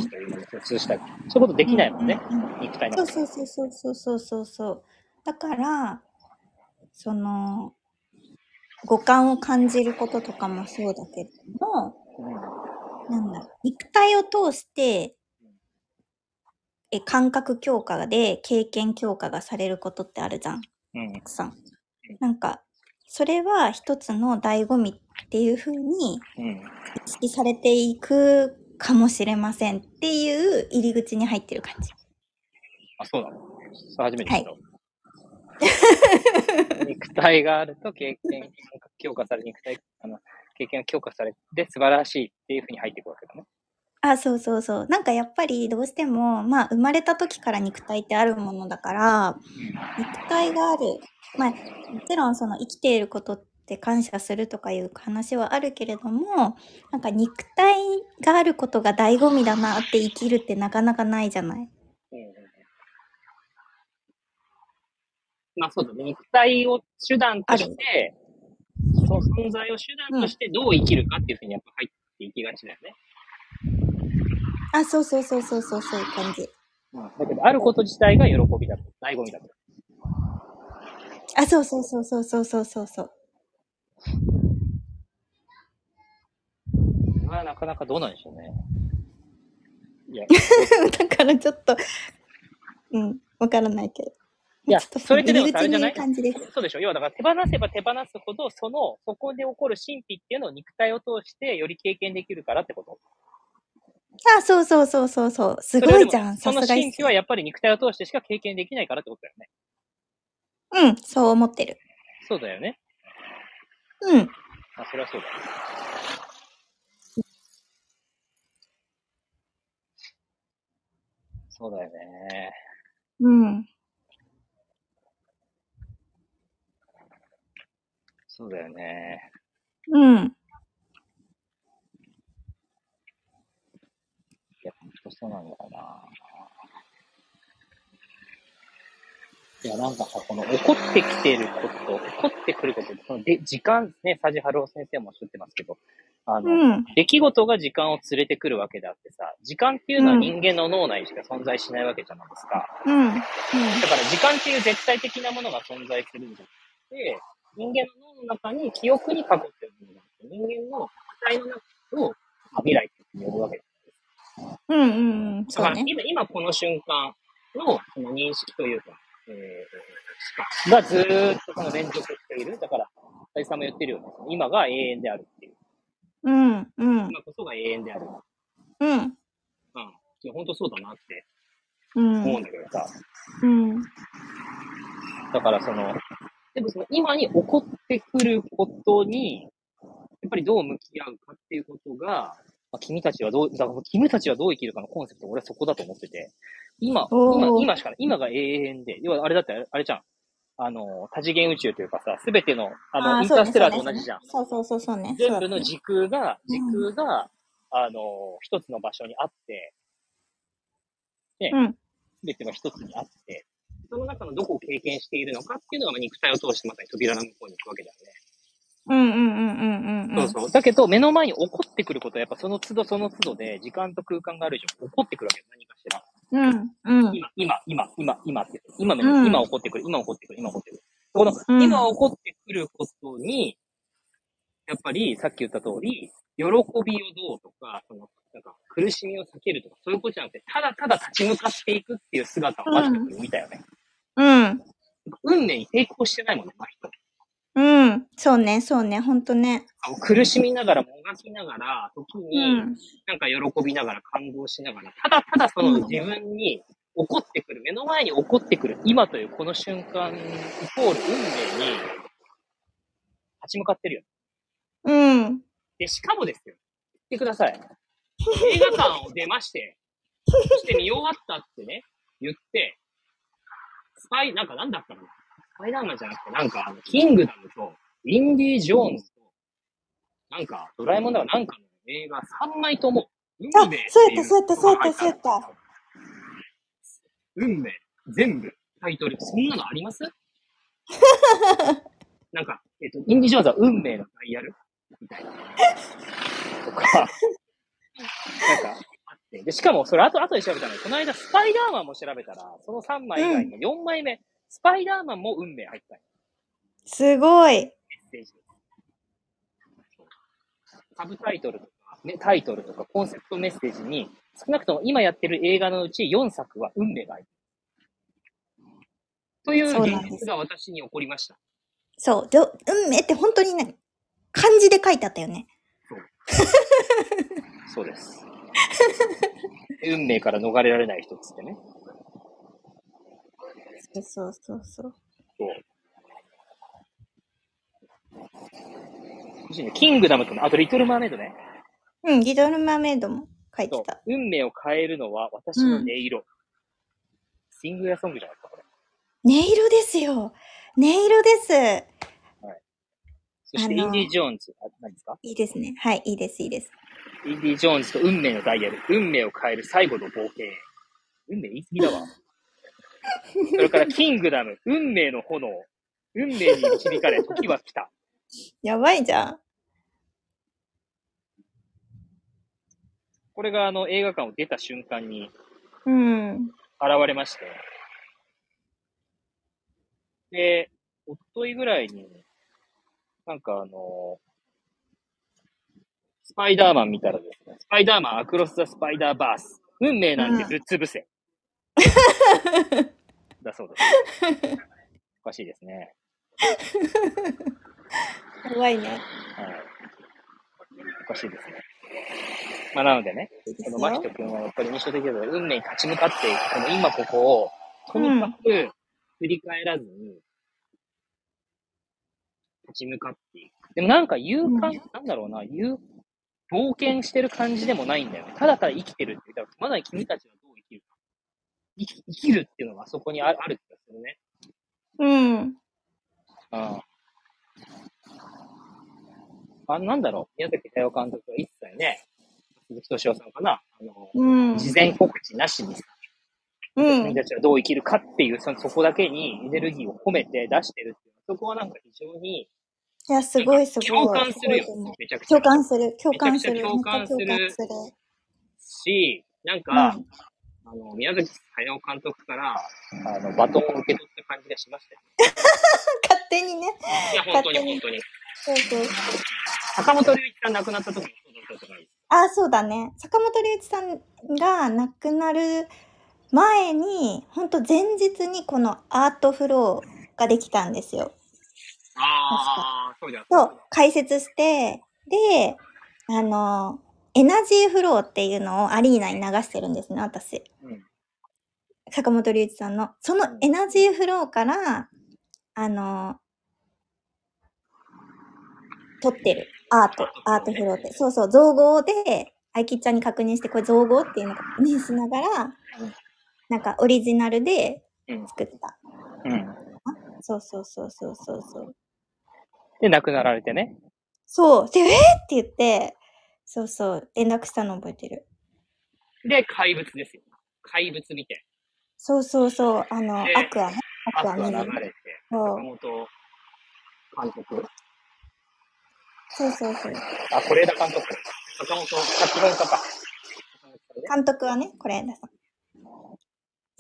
S1: 思というものを疎通したり、そういうことできないもんね、
S2: うん。
S1: 肉体
S2: そ
S1: の
S2: う。そうそうそうそうそうそうそう。だから、その、五感を感じることとかもそうだけども、なんだろう、肉体を通して、え、感覚強化で経験強化がされることってあるじゃん、た
S1: うん。うん。
S2: くさん。なんか、それは一つの醍醐味っていうふうに
S1: うん。
S2: 意識されていくかもしれませんっていう入り口に入ってる感じ。
S1: あ、そうなのそう初めて知った。 肉体があると経験が強化され、肉体、あの、経験が強化されて素晴らしいっていうふうに入っていくわけだね。
S2: あ、そうそうそう。なんかやっぱりどうしても、まあ生まれた時から肉体ってあるものだから、肉体がある。まあもちろんその生きていることって感謝するとかいう話はあるけれども、なんか肉体があることが醍醐味だなって生きるってなかなかないじゃない
S1: うんうんうんまあそうだね。肉体を手段として、その存在を手段としてどう生きるかっていうふうにやっぱ入っていきがちだよね。
S2: あ、そうそうそうそうそう、そういう感じ。
S1: だけど、あること自体が喜びだと。醍醐味だと。
S2: あ、そうそうそうそうそうそうそうそう。
S1: これはなかなかどうなんでしょうね。いや、
S2: だからちょっと、うん、わからないけど。
S1: いや
S2: ちょっと
S1: それってでも
S2: 入り口
S1: あれじゃない
S2: に感じです。
S1: そうでしょ要はだから手放せば手放すほど、その、そこで起こる神秘っていうのを肉体を通してより経験できるからってこと
S2: あ、そうそうそうそうそう。
S1: す
S2: すごいじゃん。
S1: そ
S2: さ
S1: の
S2: すが
S1: 神
S2: に
S1: 秘。はやっぱり肉体を通してしか経験できないからってことだよね。
S2: うん、そう思ってる。
S1: そうだよね。
S2: うん。
S1: あ、それはそうだ。そうだよね。
S2: うん。
S1: そうだよね。
S2: うん。
S1: いや、本当そうなんだよな。いや、なんかさ、この怒ってきてること、怒ってくること、そので時間ね、佐治春夫先生もおっしゃってますけど、あの、
S2: うん。
S1: 出来事が時間を連れてくるわけであってさ、時間っていうのは
S2: うん
S1: 人間の脳内しか存在しないわけじゃないですか。
S2: うん。うん。
S1: だから時間っていう絶対的なものが存在するんじゃなくて、人間の脳の中に記憶に囲ってるものがあって、人間の体の中を、まあ、未来って呼ぶわけです。
S2: うん。うん。
S1: だ
S2: そ
S1: か
S2: う
S1: ら
S2: ね。
S1: 今今この瞬間のその認識というか、えー、しかがずーっとその連続している。だから、大地さんも言ってるように、その今が永遠であるっていう。
S2: うん。うん。
S1: 今こそが永遠である。
S2: うん。
S1: うん。いや、本当そうだなって
S2: う
S1: 思うん
S2: ん。
S1: だけどさ。
S2: うん。
S1: だからその、でもその今に起こってくることに、やっぱりどう向き合うかっていうことが、まあ、君たちはどう、だから君たちはどう生きるかのコンセプト、俺はそこだと思ってて、今、
S2: おー
S1: 今、今しかない。今が永遠で、要はあれだって、あれじゃん。あの、多次元宇宙というかさ、すべての、あの、
S2: ー
S1: インターステラーと同じじゃん。。
S2: そうねそうねそうそうそうね。
S1: 全部の時空が、
S2: う
S1: 時
S2: ん
S1: 空が、あの、一つの場所にあって、
S2: うん。
S1: すべては一つにあって、その中のどこを経験しているのかっていうのがまあ肉体を通してまさに扉の向こうに行くわけだよね。
S2: うんうんうんうんうん。
S1: そうそう。だけど、目の前に起こってくることは、やっぱその都度その都度で、時間と空間がある以上、起こってくるわけよ、何かしら。
S2: うん。うん。
S1: 今、今、今、今、今って、今目
S2: うん
S1: に、今起こってくる、今起こってくる、今起こってくる。この、
S2: うん
S1: 今起こってくることに、やっぱり、さっき言った通り、喜びをどうとか、その、なんか、苦しみを避けるとか、そういうことじゃなくて、ただただ立ち向かっていくっていう姿を真人見たよね。
S2: うん。
S1: 運命に抵抗してないもんね、真人。
S2: うん。そうね。そうね。ほんとね。
S1: 苦しみながら、もがきながら、時
S2: う
S1: に、
S2: ん。
S1: なんか喜びながら感動しながら、ただただその自分に起こってくる、目の前に起こってくる、今というこの瞬間、イコール運命に立ち向かってるよ。
S2: うん。
S1: で、しかもですよ。言ってください。映画館を出まして、そして見終わったってね、言って、スパイ、なんかなんだったかなスパイダーマンじゃなくて、なんかあの、キングダムと、インディ・ジョーンズと、なんか、ドラえもんだからなんかの映画3枚とも、運命てい
S2: そうやったそうやったそうや
S1: の
S2: った
S1: が入
S2: そうやった。
S1: 運命、全部、タイトル、そんなのありますなんか、えっと、インディ・ジョーンズは運命のダイヤルみたいな。とか、なんか、あって。で、しかも、それ後、後で調べたのよこの間、スパイダーマンも調べたら、その3枚以外の4枚目、スパイダーマンも運命入ったのよ
S2: すごい。
S1: メッセージ。サブタイトルとか、ね、タイトルとか、コンセプトメッセージに、少なくとも今やってる映画のうち4作は運命が入ってる。と
S2: そう
S1: い
S2: な
S1: うん
S2: です
S1: 現実が私に起こりました。
S2: そう。で運命って本当にね、漢字で書いてあったよね。
S1: そうです。運命から逃れられない人っつってね。
S2: そうそうそうそう。
S1: そう欲しいね。キングダムとね、あとリトルマーメイドね。
S2: うん、リトル・マーメイドも書いて
S1: そう
S2: た。
S1: 運命を変えるのは私の音色。シングラーソングじゃないですか、これ。
S2: 音色ですよ。音色です。
S1: そして、イ
S2: あの
S1: ンディ・ジョーンズ。あ、何ですか
S2: いいですね。はい、いいです、いいです。
S1: インディ・ジョーンズと運命のダイヤル。運命を変える最後の冒険。運命言い過ぎ だわ。それから、キングダム。運命の炎。運命に導かれ、時は来た。
S2: やばいじゃん。
S1: これが、あの、映画館を出た瞬間に
S2: うん。
S1: 現れまして。で、おとといぐらいに、なんかあの、スパイダーマン見たらですね、スパイダーマンアクロス・ザ・スパイダーバース、運命なんてぶっ潰せ。だそうです。おかしいですね。
S2: 怖いね。
S1: はい。おかしいですね。まあ、なのでね、
S2: いいで
S1: こ
S2: す
S1: の
S2: よ。
S1: 真人君はやっぱり印象的だけど、運命に立ち向かっていく、この今ここを、とにかく振り返らずに、立ち向かっていく。でもなんか勇敢、
S2: うん
S1: なんだろうな、勇、冒険してる感じでもないんだよね。ただただ生きてるっていう。だからまだ君たちはどう生きるか。生き、生きるっていうのがあそこにあある気がするね。
S2: うん。
S1: うん。あ、なんだろう。宮崎駿監督は一切ね、鈴木敏夫さんかな。あの、
S2: うん。
S1: 事前告知なしにさ、
S2: う
S1: 君
S2: ん。
S1: たちはどう生きるかっていう、そのそこだけにエネルギーを込めて出してるっていう、そこはなんか非常に
S2: いや、すごい、すごい。
S1: 共感するよ
S2: ごいと思う。
S1: めちゃくちゃ
S2: 共。感する。共感する。
S1: めちゃくちゃ共感する
S2: めっちゃ共感
S1: し、なんか、
S2: する。
S1: あの、宮崎駿監督から、あの、バトンを受け取った感じがしましたよ。
S2: 勝手にね。
S1: いや、本当に
S2: 勝手
S1: 本
S2: に
S1: 当に。
S2: そうそう。
S1: 坂本龍一さん亡くなった時もそうだったと思い
S2: あ、そうだね。坂本龍一さんが亡くなる前に、ほんと前日にこのアートフローができたんですよ。
S1: ああ、そうじゃん。
S2: と解説して、で、あの、エナジーフローっていうのをアリーナに流してるんですね、私。
S1: うん。
S2: 坂本龍一さんの。そのエナジーフローから、あの、撮ってる。アート、アートフローって。そうそう、造語で、アイキッちゃんに確認して、これ造語っていうのを確認しながら、なんかオリジナルで
S1: うん
S2: 作った。
S1: うん。
S2: そうそうそうそうそうそう。
S1: で、亡くなられてね。
S2: そう。で、えーって言って、そうそう、連絡したの覚えてる。
S1: で、怪物ですよ。怪物見て。
S2: そうそうそう、あの、
S1: で
S2: アクアね。ア
S1: あと
S2: ク
S1: は
S2: ア見
S1: 流
S2: る。
S1: れて、
S2: そ
S1: 坂
S2: う
S1: 本監督。
S2: そうそうそう。
S1: あ、是枝監督。坂本、脚本家か。
S2: 監督はね、これ枝さん。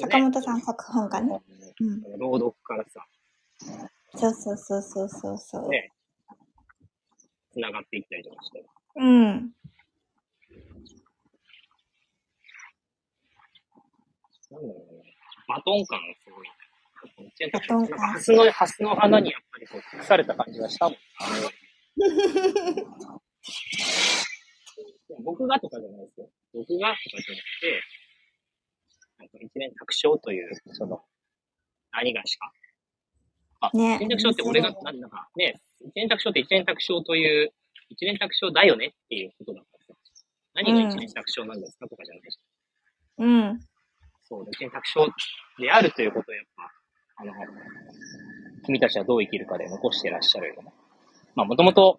S2: 坂本さん作本家ね。うん。
S1: ね。朗読からさ、
S2: そうそうそうそうそうそう。
S1: ね、繋がっていったりとかして。
S2: うん。
S1: なんだろうね。バトン感がすごい。
S2: バトン感
S1: ハスの、ハスの花にやっぱりこう、隠された感じがしたもん。いや僕がとかじゃないですよ。僕がとかじゃなくて、なんか一年卓勝という、その、何がしか。あ、
S2: ね
S1: 一年卓勝って俺が
S2: 面、
S1: なんだか、ね、一年卓勝って一年卓勝という、一年卓勝だよねっていうことだったんですよ。何が一年卓勝なんですかとかじゃないし。
S2: うん。
S1: そうで、選択肢であるということをやっぱ、あの、君たちはどう生きるかで残してらっしゃるよね。まあ、もともと、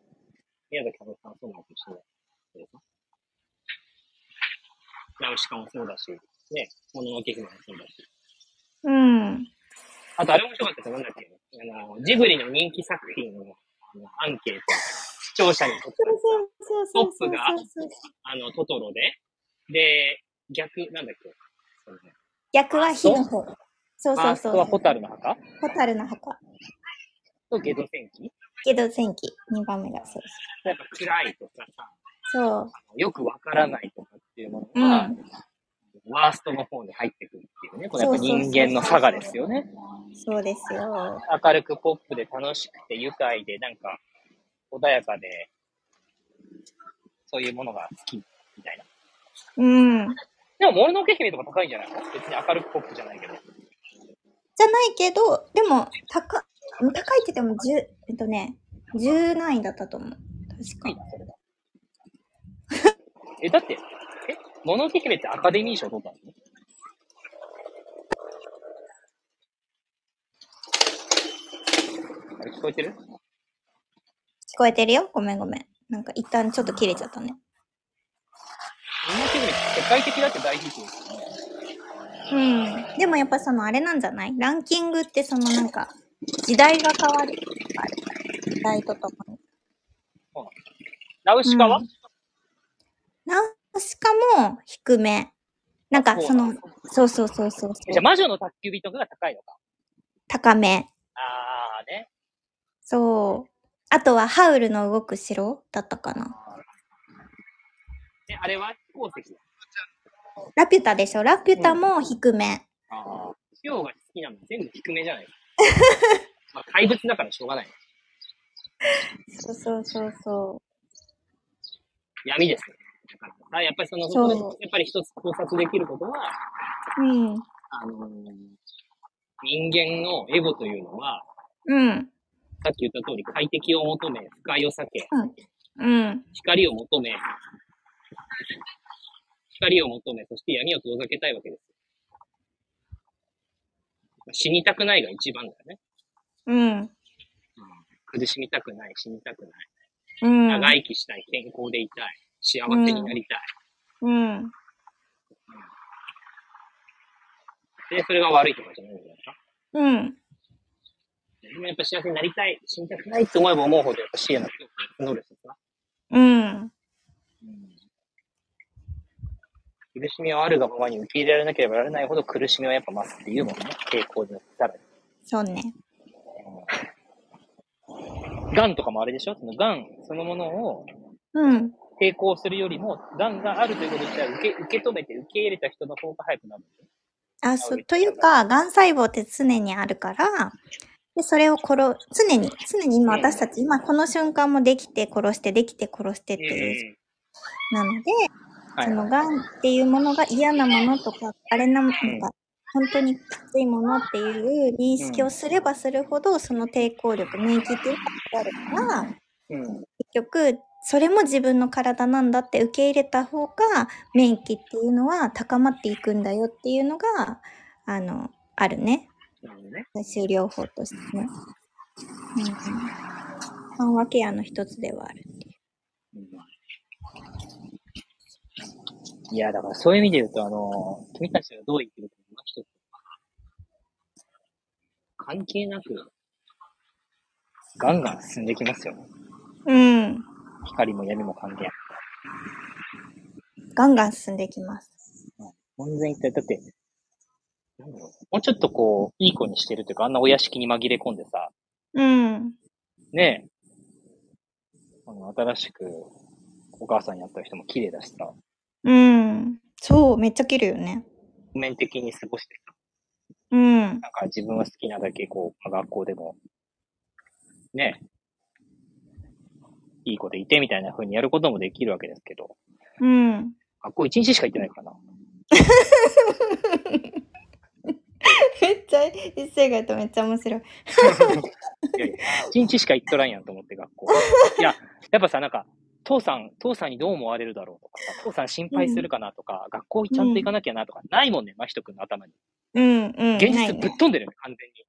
S1: 宮崎駿さんはそうなのかもしれないけどさ。ナウシカもそうだし、ね、もののけ姫もそうだし。
S2: うん。
S1: あと、あれ面白かったですよなんだっけあの、ジブリの人気作品のあのアンケート、視聴者に取っ
S2: そ
S1: た
S2: うそうそうそうそうそうそう。
S1: あの、トトロで、で、逆、なんだっけその
S2: 逆は火の方。そ
S1: フ
S2: うそ
S1: ァ
S2: う
S1: ース
S2: そ
S1: ト
S2: う。
S1: は
S2: ホ
S1: ホタルの墓
S2: タルの墓。
S1: とゲド戦記
S2: けど戦記。2番目がそう
S1: やっぱ暗いとかさ、
S2: そう。
S1: よくわからないとかっていうも
S2: そう。う
S1: のが、
S2: ん。
S1: ワーストの方に入ってくるっていうね。これやっぱ人間の差がですよね。
S2: そうですよ。
S1: 明るくポップで楽しくて愉快で、なんか穏やかで、そういうものが好きみたいな。
S2: うん。
S1: でも、もののけ姫とか高いんじゃない別に明るくポップじゃないけど。
S2: じゃないけど、でも、高、高いって言っても、10、えっとね、10何位だったと思う。確
S1: 低いな、それは。え、だって、え、もののけ姫ってアカデミー賞取ったのあれ聞こえてる
S2: 聞こえてるよごめんごめん。なんか一旦ちょっと切れちゃったね。
S1: もののけ姫って世界的だって大ヒットですよね。
S2: うん。でもやっぱそのあれなんじゃないランキングってそのなんか、時代が変わるから。時代とともに。
S1: ナウシカは、
S2: うんナウシカも低め。なんかその、そうそうそうそう
S1: え
S2: そ
S1: じゃあ
S2: う。
S1: 魔女の宅急便とかが高いのか。
S2: 高め。
S1: あーね。
S2: そう。あとはハウルの動く城だったかな。
S1: ねあれは飛行石だ。
S2: ラピュタでしょラピュタも低め。
S1: ああ。地方が好きなの全部低めじゃない まあ怪物だからしょうがない。
S2: そうそうそうそ
S1: 闇ですよ。だからあ、やっぱりその、そ
S2: そう
S1: こでやっぱり一つ考察できることは、
S2: う。うん。
S1: あのー人間のエゴというのは、
S2: うん。
S1: さっき言った通り快適を求め、不快を避け、
S2: うん。
S1: 光を求め、光を求め、そして闇を遠ざけたいわけです。死にたくないが一番だよね。
S2: うん。
S1: 苦しみたくない、死にたくない。
S2: うん。
S1: 長生きしたい、健康でいたい、幸せになりたい。
S2: うん。
S1: で、それが悪いとかじゃないんじゃないですか。
S2: うん。
S1: でもやっぱ幸せになりたい、死にたくないって思えば思うほど、やっぱ死への恐怖が募るんですか。
S2: うん。
S1: 苦しみはあるがままに受け入れられなければならないほど苦しみはやっぱ増すっていうもんね。傾向でさら
S2: そう
S1: に。
S2: ね。
S1: 癌とかもあれでしょその癌そのものを
S2: うん。
S1: 抵抗するよりも、癌があるということ自体を受け受け止めて受け入れた人の方が早くなるんだよ。
S2: あ、そう、というか、がん細胞って常にあるから、で、それを殺、常に、常に今私たち、今この瞬間もできて殺して、できて殺してっていう、なので、
S1: は
S2: そ
S1: いは
S2: の
S1: い。
S2: がんっていうものが嫌なものとか、あれな、なんか、本当にきついものっていう認識をすればするほど、その抵抗力、免疫っていうのがあるから、
S1: うん。
S2: 結局それも自分の体なんだって受け入れた方が免疫っていうのは高まっていくんだよっていうのがあのあるね
S1: なるほどね。
S2: 最終療法としてね。うんうん、緩和ケアの一つではある。
S1: いや、だからそういう意味で言うと、あの、君たちがどう生きるかの一つ。関係なく、ガンガン進んできますよ。
S2: うん。
S1: 光も闇も関係なく。
S2: ガンガン進んでいきます。
S1: 本然一体、だって、なんだろうもうちょっとこう、いい子にしてるというか、あんなお屋敷に紛れ込んでさ、
S2: うん。
S1: ねえ、あの新しくお母さんに会った人も綺麗だしさ、
S2: うん。そう、めっちゃ切るよね。
S1: 譜面的に過ごしてさ
S2: うん。
S1: なんか自分は好きなだけこう、まあ学校でも、ねえ、いい子でいてみたいな風にやることもできるわけですけど、
S2: うん。
S1: 学校一日しか行ってない からな。
S2: めっちゃ、一世外とめっちゃ面白い。
S1: いやいや、一日しか行っとらんやんと思って、学校。いや、やっぱさ、なんか、父さん、父さんにどう思われるだろうとかさ、父さん心配するかなとか、学校ちゃんと行かなきゃなとか、ないもんね、真人君の頭に。
S2: うん、うん。
S1: 現
S2: な
S1: 実
S2: い
S1: ぶっ
S2: ね
S1: 飛んでるよね、完全に。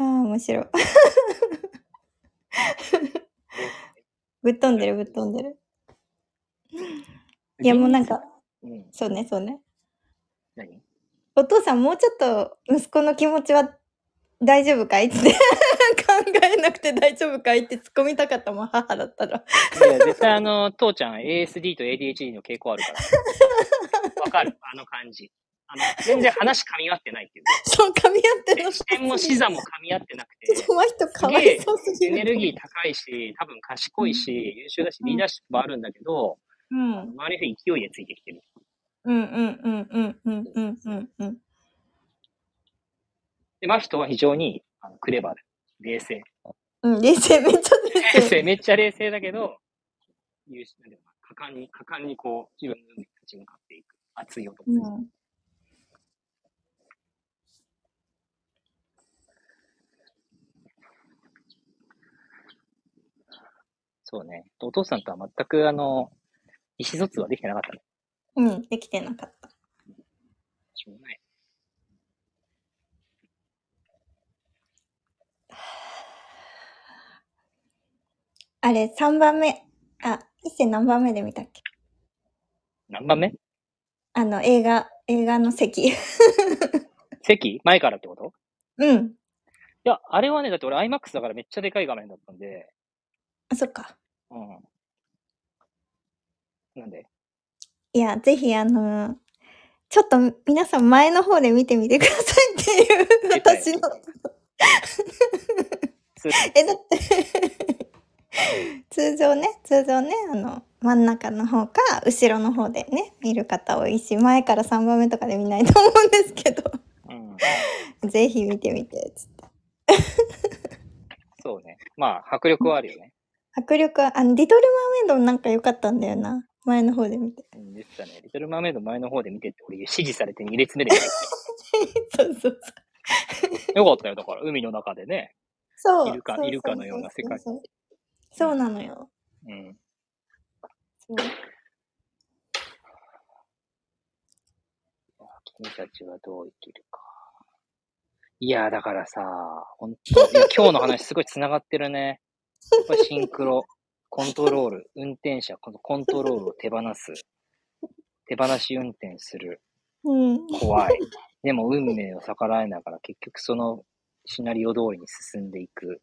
S2: ああ、面白い。ぶっ飛んでる、ぶっ飛んでる。いや、もうなんか、
S1: うん、
S2: そうね、そうね。
S1: 何
S2: お父さん、もうちょっと息子の気持ちは大丈夫かいって 考えなくて大丈夫かいって突っ込みたかったもん、母だったら。
S1: いや、絶対あの、 父ちゃん ASD と ADHD の傾向ある から。わかる、あの感じ。あの、全然話噛み合ってないっていう か。
S2: そう、噛み合ってる
S1: で
S2: の。
S1: 視点も視座も噛み合ってなくて。
S2: ちょっと真人かわいそうすぎ
S1: エ
S2: る。
S1: ネルギー高いし、多分賢いし、優秀だし、リーダーシップもあるんだけど、
S2: うん。
S1: 周りの人勢いでついてきてる。
S2: うんうんうんうんうんうんうんうん。
S1: で、マヒトは非常にあのクレバーで、冷静。
S2: うん、冷静、めっちゃ冷
S1: 冷
S2: 静。
S1: 静、めっちゃ冷静だけど、優秀なんだよな果敢に、果敢にこう、自分の運命に立ち向かっていく。熱い男
S2: う
S1: です。
S2: ん。
S1: そうね。お父さんとは全く、あの、意思疎通はできてなかったね。
S2: うん、できてなかった。
S1: しょうがない。
S2: あれ、3番目。あ、一世何番目で見たっけ
S1: 何番目
S2: あの、映画、映画の席。
S1: 席前からってこと
S2: うん。
S1: いや、あれはね、だって俺 IMAX だからめっちゃでかい画面だったんで、
S2: あ、そっか。
S1: うん。なんで、
S2: いや、ぜひ、あのーちょっと皆さん前の方で見てみてくださいっていう、
S1: 了解
S2: 私の。
S1: 通
S2: え、だって、 通常ね、通常ね、あの、真ん中の方か、後ろの方でね、見る方多いし、前から3番目とかで見ないと思うんですけど、
S1: うん。
S2: ぜひ見てみて、つって。
S1: そうね。まあ、迫力はあるよね。
S2: 迫力は、あの、リトル・マーメイドもなんか良かったんだよな。前の方で見 て。
S1: うん言ってたね。リトル・マーメイド前の方で見てって俺指示されて2列目で見た。
S2: そうそう
S1: よかったよ。だから、海の中でね。
S2: そう。そ
S1: イ
S2: う。
S1: ルカ
S2: そうそうそう
S1: イルカのような世界
S2: そうそうなのよ。
S1: うん。
S2: そう
S1: 君たちはどう生きるか。いや、だからさ、本当いや今日の話すごい繋がってるね。これシンクロ、コントロール、運転者、このコントロールを手放す。手放し運転する。
S2: うん。
S1: 怖い。でも運命を逆らえながら結局そのシナリオ通りに進んでいく。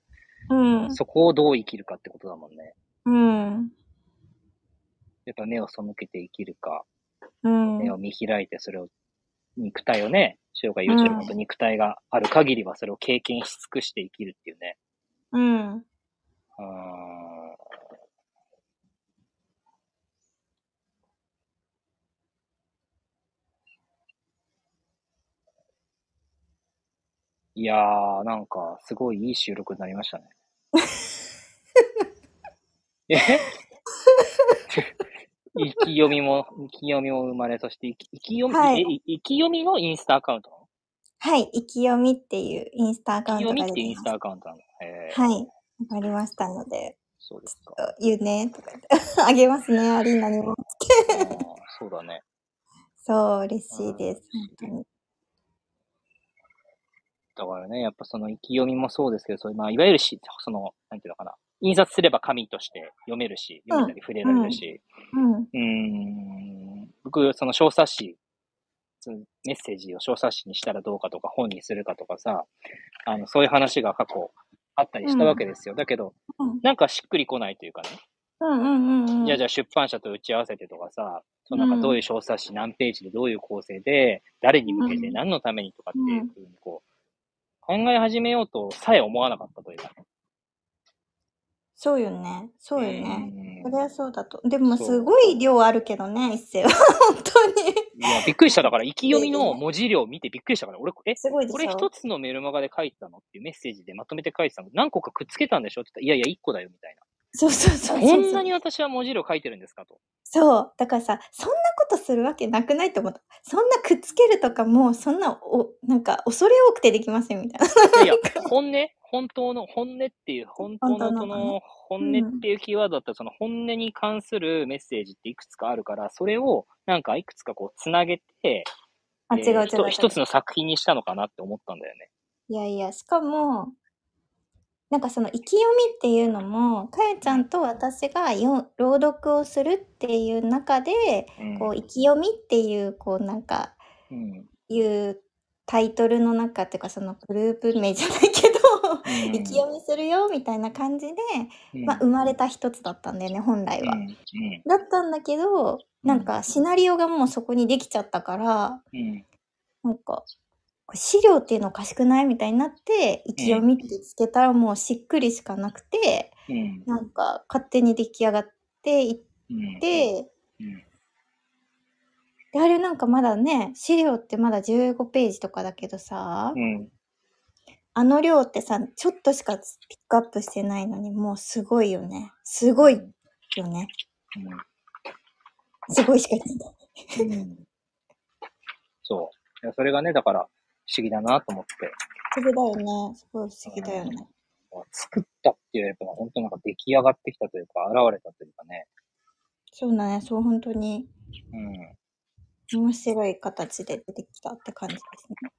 S2: うん。
S1: そこをどう生きるかってことだもんね。
S2: うん。
S1: やっぱ目を背けて生きるか、
S2: うん。
S1: 目を見開いてそれを、肉体をね、塩が言うてること、肉体がある限りはそれを経験し尽くして生きるっていうね。
S2: うん。
S1: うーん。いやー、なんか、すごいいい収録になりました ね。え 意気読みも、意気読みも生まれ、そして意気、意気読み、
S2: はい
S1: え意気読みのインスタアカウント
S2: はい。生き読みっていうインスタア
S1: な
S2: カ
S1: の
S2: ウ
S1: 意気読
S2: ント
S1: み
S2: が
S1: っ
S2: 出
S1: ていうイ
S2: て
S1: ンス
S2: ます
S1: タ。アカウントなの。えー、
S2: はい。わかりましたので、
S1: そうですか。
S2: 言うね、とか言って。あげます ね、アリーナにも。
S1: あーそうだね。
S2: そう、嬉しいです。本
S1: だからね、やっぱその意気読みもそうですけど、そういうまあ、いわゆるし、その、なんていうのかな、印刷すれば紙として読めるし、読めたり触れられるし、
S2: 当に。
S1: うーん、僕、その小冊子、そのメッセージを小冊子にしたらどうかとか、本にするかとかさ、あの、そういう話が過去あったりしたわけですよ。だけど
S2: うん、
S1: なんかしっくりこないというかね、
S2: うん。うんうんうんうん。
S1: じゃあじゃあ出版社と打ち合わせてとかさ、そのなん
S2: うん
S1: かどういう小冊子、何ページでどういう構成で、誰に向け
S2: う
S1: て
S2: ん
S1: 何のためにとかっていうふうにこう、考え始めようとさえ思わなかったというかね。
S2: そうよね。そうよ
S1: ん
S2: ね。そりゃそうだと。でも、
S1: そう
S2: すごい量あるけどね、一世は。 本当に。
S1: いや、びっくりした。だから、意気読みの文字量を見てびっくりしたから、俺、え、
S2: すごいでしょ
S1: これ一つのメルマガで書いたのっていうメッセージでまとめて書いてたの。何個かくっつけたんでしょって言ったら、いやいや、一個だよ、みたい
S2: そうそうそうそう
S1: な。
S2: そ
S1: こ
S2: うん
S1: なに私は文字量書いてるんですかと。
S2: そう。だからさ、そんなことするわけなくないと思った。そんなくっつけるとかもう、そんな、お、なんか、恐れ多くてできませんみたいな。
S1: いや、本音、本当の、本音っていう、本当のこの、
S2: 当の
S1: 本音っていうキーワードだったら、その本音に関するメッセージっていくつかあるから、それを、なんかいくつかこう、つなげて、
S2: あ、
S1: え
S2: 違
S1: ー
S2: う違
S1: ひ
S2: う
S1: と
S2: 違う。
S1: 一つの作品にしたのかなって思ったんだよね。
S2: いやいや、しかも、なんかその意気読みっていうのも、かゆちゃんと私がよ朗読をするっていう中で、
S1: うん
S2: こう、意気読みっていう、こう、なんか、
S1: うん。うん
S2: いうタイトルの中っていうか、そのグループ名じゃないけ ど、意気読みするよみたいな感じで、
S1: うん
S2: まあ、生まれた一つだったんだよね、本来
S1: うん
S2: は。
S1: うん
S2: だったんだけど、なんかシナリオがもうそこにできちゃったから、
S1: うん
S2: なんか、これ資料っていうのおかしくないみたいになって、意気読みってつけたらもうしっくりしかなくて、
S1: うん
S2: なんか勝手に出来上がっていっ
S1: うん
S2: て、
S1: うん
S2: で、あれなんかまだね、資料ってまだ15ページとかだけどさ、
S1: うん
S2: あの量ってさ、ちょっとしかピックアップしてないのに、もうすごいよね。すごいよね。すごいしか言ってない。
S1: うんうんそう。いやそれがね、だから、不思議だなと思って。
S2: 不思議だよね。すごい不思議だよね。
S1: のは作ったっていうよりかは、本当なんか出来上がってきたというか、現れたというかね。
S2: そうだね。そう、本当に
S1: うん。
S2: 面白い形で出てきたって感じですね。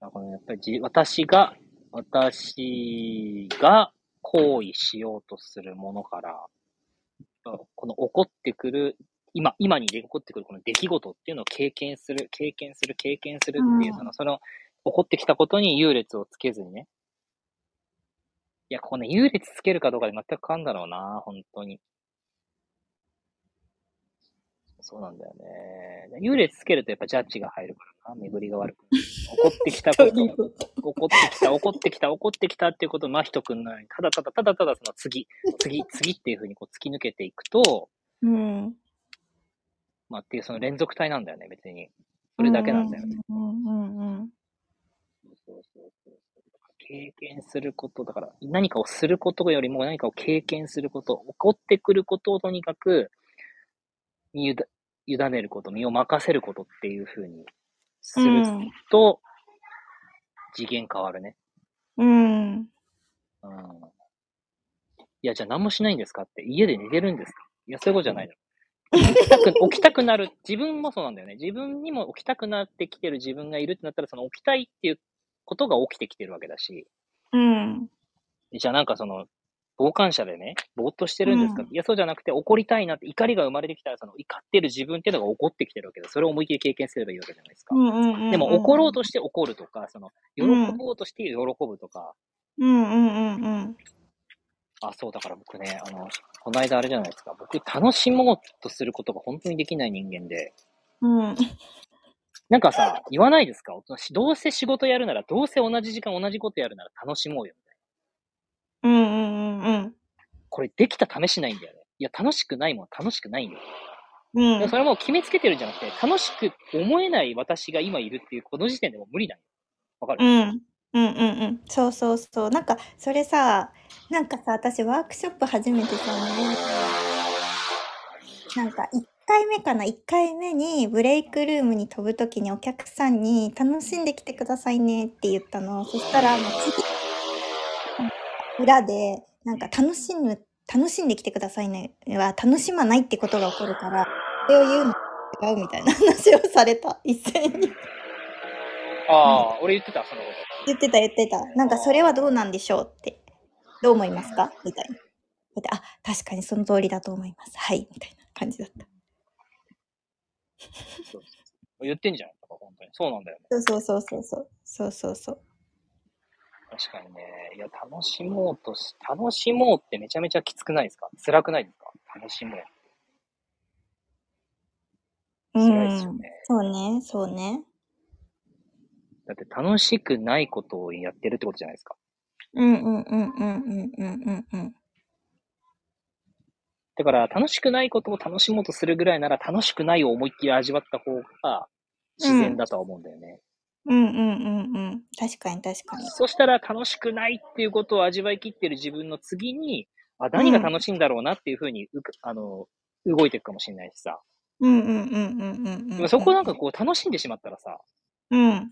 S1: だからやっぱりじ私が、私が行為しようとするものから、この起こってくる、今、今に起こってくるこの出来事っていうのを経験する、経験する、経験するっていうう、
S2: ん
S1: その、その、起こってきたことに優劣をつけずにね。いや、ここね、優劣つけるかどうかで全く変わるんだろうな、本当に。そうなんだよね。優劣つけるとやっぱジャッジが入るからな、巡りが悪く。起こってきたこと、 起こってきた、起こってきた、起こってきたっていうことを真人くんのように、ただただただただその次、次、次っていうふうにこう突き抜けていくと、
S2: うん。
S1: まあっていうその連続体なんだよね、別に。それだけなんだよね。
S2: うんうんうんうん。
S1: そうそうそうそう経験すること、だから何かをすることよりも何かを経験すること、起こってくることをとにかく、にゆだ委ねること、身を任せることっていうふうにすると、次元変わるね。
S2: うん。うん。
S1: うん。いや、じゃあ何もしないんですかって、家で寝てるんですかいや、そういうことじゃないの。起きたく、 起きたくなる。自分もそうなんだよね。自分にも起きたくなってきてる自分がいるってなったら、その起きたいっていうことが起きてきてるわけだし。
S2: うん。
S1: じゃあなんかその、傍観者でね、ぼーっとしてるんですか、
S2: うん
S1: いや、そうじゃなくて怒りたいなって、怒りが生まれてきたら、その怒ってる自分っていうのが怒ってきてるわけで、それを思い切り経験すればいいわけじゃないですか。
S2: うんうんうん。
S1: でも怒ろうとして怒るとか、その、喜
S2: うん
S1: ぼうとして喜ぶとか、
S2: うんうんうんうん。
S1: あ、そう、だから僕ね、あの、この間あれじゃないですか、僕、楽しもうとすることが本当にできない人間で、
S2: うん。
S1: なんかさ、言わないですかどうせ仕事やるなら、どうせ同じ時間同じことやるなら楽しもうよ、みたい
S2: うんうんうん
S1: な。これできた試しないんだよね。いや、楽しくないもん、楽しくないんだよ。
S2: うん。
S1: でもそれはもう決めつけてるんじゃなくて、楽しく思えない私が今いるっていう、この時点でもう無理なんよ。わか
S2: う
S1: る
S2: ん。うんうんうん。そうそうそう。なんか、それさ、なんかさ、私ワークショップ初めてさ、なんか1回目かな、1回目にブレイクルームに飛ぶときにお客さんに楽しんできてくださいねって言ったの。そしたら、もう次、裏で、なんか楽しむ、楽しんできてくださいねは楽しまないってことが起こるから、それを言うの違うみたいな話をされた。一斉に。
S1: ああ、俺言ってた、そのこ
S2: 言ってた言ってた。なんかそれはどうなんでしょうって。どう思いますかみたいな。であ、確かにその通りだと思います。はい。みたいな感じだった。
S1: と。そうそう言ってんじゃん、だから本当に。そうなんだよね。
S2: そうそうそうそう。そうそうそう。
S1: 確かにね。いや、楽しもうとし、楽しもうってめちゃめちゃきつくないですか辛くないですか楽しもう。
S2: う
S1: 辛いですよ
S2: ん
S1: ね。
S2: そうね、そうね。
S1: だって楽しくないことをやってるってことじゃないですか。
S2: うんうんうんうんうんうんうんうん。
S1: だから、楽しくないことを楽しもうとするぐらいなら、楽しくないを思いっきり味わった方が自然だとは思うんだよね。
S2: うんうんうんうん。確かに確かに。
S1: そしたら楽しくないっていうことを味わい切ってる自分の次に、あ、何が楽しいんだろうなっていうふうにうく、あの、動いていくかもしれないしさ。
S2: うんうんうんうんうんうん
S1: で
S2: うん。
S1: もそこなんかこう楽しんでしまったらさ、
S2: うん。
S1: い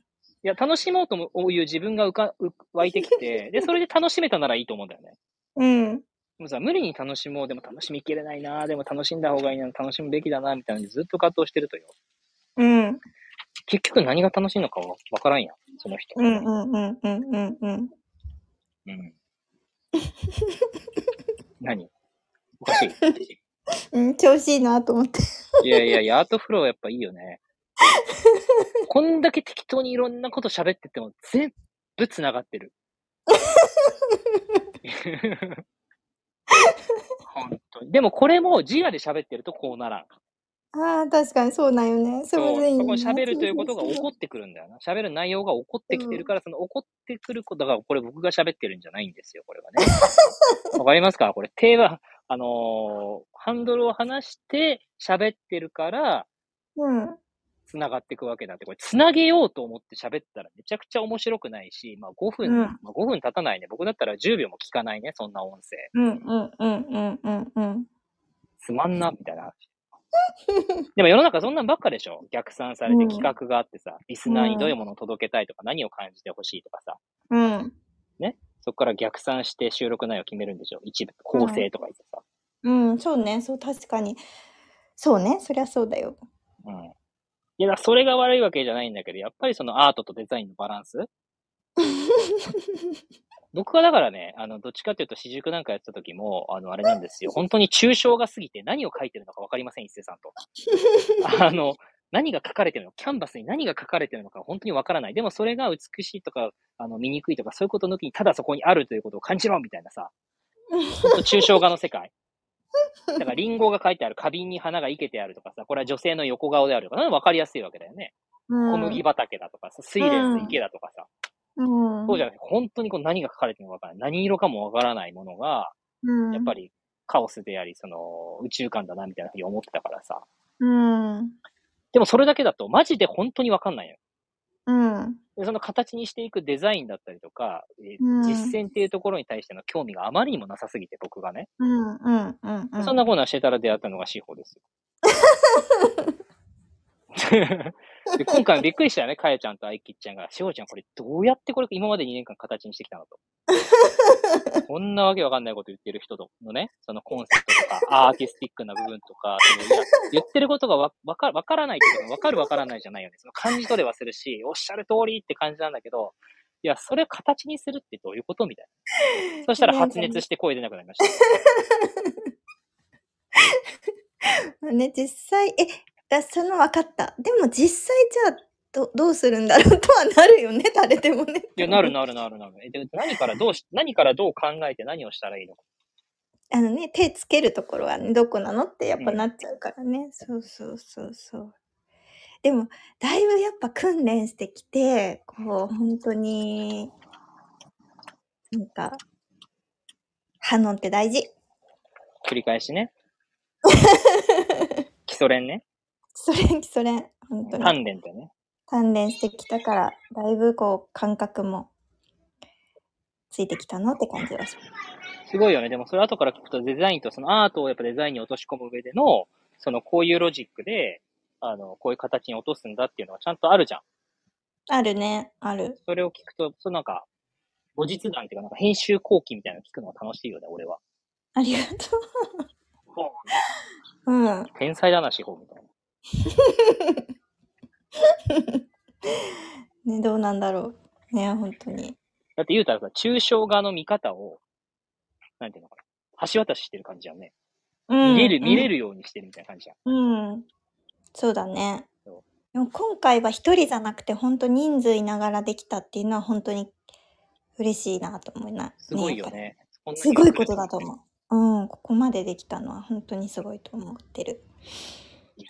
S1: や、楽しもうともいう自分が浮か、う湧いてきて、で、それで楽しめたならいいと思うんだよね。
S2: うん。
S1: でもさ、無理に楽しもう、でも楽しみきれないな、でも楽しんだ方がいいな、楽しむべきだな、みたいなのにずっと葛藤してるとよ。
S2: うん。
S1: 結局何が楽しいのかわわからんやん、その人。
S2: うんうんうんうんうんうん。
S1: うん。何おかしい。
S2: うん、調子いいなと思って。
S1: いやいやいや、アートフローやっぱいいよね。こんだけ適当にいろんなこと喋ってても、全部繋が ってる。 本当に。でもこれも自我で喋ってるとこうならん。
S2: ああ、確かにそうなんよね。そ
S1: そう
S2: むずいん
S1: そ
S2: よ
S1: こ
S2: ね
S1: に喋るということが起こ
S2: そ
S1: ってくるんだよな。喋る内容が起こってきてるから、その起こってくることだから、これ僕が喋ってるんじゃないんですよ、これはね。 わかりますかこれ、手は、あのーハンドルを離して喋ってるから、
S2: ううん。
S1: 繋がっていくわけだって、これ、繋げようと思って喋ったらめちゃくちゃ面白くないし、まあ5分、
S2: うん
S1: まあ5分経たないね。僕だったら10秒も聞かないね、そんな音声。
S2: うんうんうんうんうんうん。
S1: つまんな、みたいな話。でも世の中そんなんばっかでしょ逆算されて
S2: うん
S1: 企画があってさ、リスナーにどういうものを届けたいとか、何を感じてほしいとかさ、
S2: うん。
S1: そこから逆算して収録内容決めるんでしょ一部、構成とか言ってさ。
S2: うん、そうね、そう、確かに。そうね、そりゃそうだよ。
S1: うん。いや、だからそれが悪いわけじゃないんだけど、やっぱりそのアートとデザインのバランス僕はだからね、あの、どっちかっていうと、私塾なんかやってた時も、あの、あれなんですよ。本当に抽象が過ぎて何を書いてるのかわかりません、一斉さんと。あの、何が書かれてるのか、キャンバスに何が書かれてるのか本当にわからない。でもそれが美しいとか、あの、醜いとか、そういうこと抜きに、ただそこにあるということを感じろみたいなさ。ほんと抽象画の世界。だから、リンゴが書いてある、花瓶に花が生けてあるとかさ、これは女性の横顔であるとか、わかりやすいわけだよね。
S2: うん、
S1: 小麦畑だとかさ、水蓮の池だとかさ。
S2: うん、
S1: そうじゃなくて、本当にこう何が書かれてるのかわからない。何色かもわからないものが、
S2: うん、
S1: やっぱりカオスであり、その宇宙観だな、みたいなふうに思ってたからさ。
S2: うん、
S1: でもそれだけだと、マジで本当にわかんないのよ。
S2: うん、
S1: でその形にしていくデザインだったりとか、えー
S2: うん
S1: 実践っていうところに対しての興味があまりにもなさすぎて、僕がね。
S2: うん、うん、うん、うん。
S1: そんなこんなんしてたら出会ったのが司法です よ。で今回びっくりしたよね、かやちゃんとあいきっちゃんが、しほちゃんこれどうやってこれ今まで2年間形にしてきたの と。こんなわけわかんないこと言ってる人のね、そのコンセプトとか、アーティスティックな部分とか、そのいや言ってることがわわかわからないっていうか、わかるわからないじゃないよね。その感じ取れはするし、おっしゃる通りって感じなんだけど、いや、それを形にするってどういうことみたいな。そしたら発熱して声出なくなりました。
S2: ね、実際、え、だその分かった。でも実際じゃあ、どどうするんだろうとはなるよね、誰でもね。
S1: いや、なる。なるなるなる。え、で、何からどうし、何からどう考えて何をしたらいいのか。
S2: あのね、手つけるところは、ね、どこなのってやっぱ
S1: うん
S2: なっちゃうからね。そうそうそうそう。でも、だいぶやっぱ訓練してきて、こう、本当に、なんか、反応って大事。
S1: 繰り返しね。基礎練ね。
S2: それ、それ、本当に。
S1: 鍛錬だね。
S2: 鍛錬してきたから、だいぶこう、感覚もついてきたのって感じはします。
S1: すごいよね。でもそれ後から聞くとデザインとそのアートをやっぱデザインに落とし込む上での、そのこういうロジックで、あの、こういう形に落とすんだっていうのがちゃんとあるじゃん。
S2: あるね、ある。
S1: それを聞くと、そのなんか、後日談っていうか、なんか編集後期みたいなの聞くのが楽しいよね、俺は。
S2: ありがとう。うん。
S1: 天才だな、司法みたいな。
S2: ね、どうなんだろう。ね、本当に。
S1: だって言うたらさ、抽象画の見方を、なんていうのかな。橋渡ししてる感じじゃんね。
S2: うん
S1: 見れる、見れ
S2: る。
S1: るようにしてるみたいな感じじゃん。
S2: うん。そうだね
S1: そ。
S2: でも今回は一人じゃなくて、本当人数いながらできたっていうのは本当に嬉しいなと思うな。
S1: すごいよ
S2: やっぱり
S1: ね。こんな
S2: す
S1: に
S2: ごい
S1: 来る
S2: ことだと思う。うん、ここまでできたのは本当にすごいと思ってる。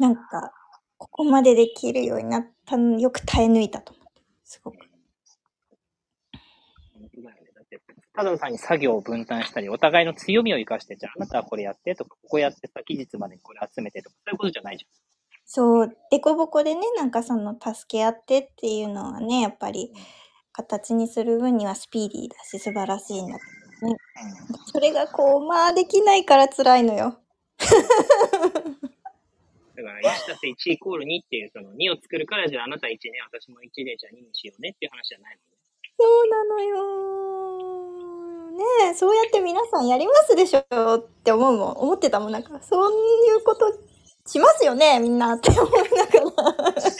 S2: なんか、ここまでできるようになったの、よく耐え抜いたと思って。すごく。
S1: 本当だよねだってただ単に作業を分担したり、お互いの強みを生かして、じゃああなたはこれやってとか、ここやってさ、期日までにこれ集めてとか、そういうことじゃないじ
S2: そう、でこぼこでね、なんかその助け合ってっていうのはね、やっぱり形にする分にはスピーディーだし、素晴らしいんだけどね。
S1: ゃん。
S2: それがこう、まあできないから辛いのよ。
S1: だから、1たす1イコール2っていう、その2を作るから、じゃああなた1ね、私も1で、じゃあ2にしようねっていう話じゃないもんね。
S2: そうなのよ。ねえ、そうやって皆さんやりますでしょって思うもん。思ってたもん。なんか、そういうことしますよね、みんなって思いながら。 そうやっ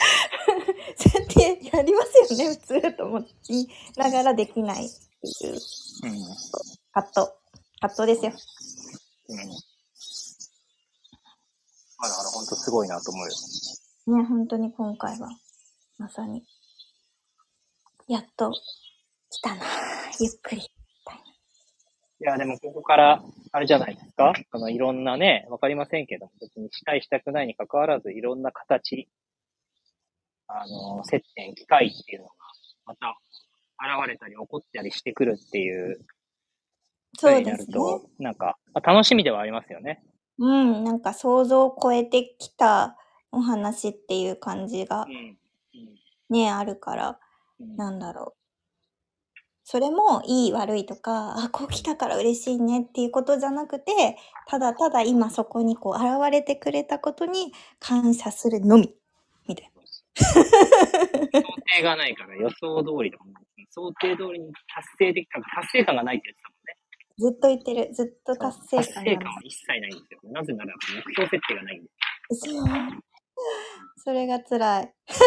S2: てやりますよね、普通と思いながらできないっていう葛藤。葛藤ですよ。
S1: うん。うん。まあ、だから本当すごいなと思うよ。
S2: ね、本当に今回は、まさに、やっと来たな、ゆっくり。
S1: いや、でもここから、あれじゃないですかそのいろんなね、わかりませんけども、別にしたいしたくないに関わらず、いろんな形、あの、接点、機会っていうのが、また、現れたり、起こったりしてくるっていう、
S2: そう
S1: にな
S2: で
S1: る
S2: すね。
S1: と、なんか、まあ楽しみではありますよね。
S2: うん、なんか想像を超えてきたお話っていう感じが
S1: ん。
S2: ね、あるから、
S1: うん。
S2: なんだろう。それもいい悪いとか、あ、こう来たから嬉しいねっていうことじゃなくて、ただただ今そこにこう現れてくれたことに感謝するのみ、みたい
S1: 想定がないから予想通りだもんね。想定通りに達成できた達成感がないってやつだもんね。
S2: ずっと言ってる。ずっと達成感
S1: 達成
S2: が
S1: 感は一切ないんですよ。なぜなら目標設定がないんで
S2: そう。それが辛い。
S1: す。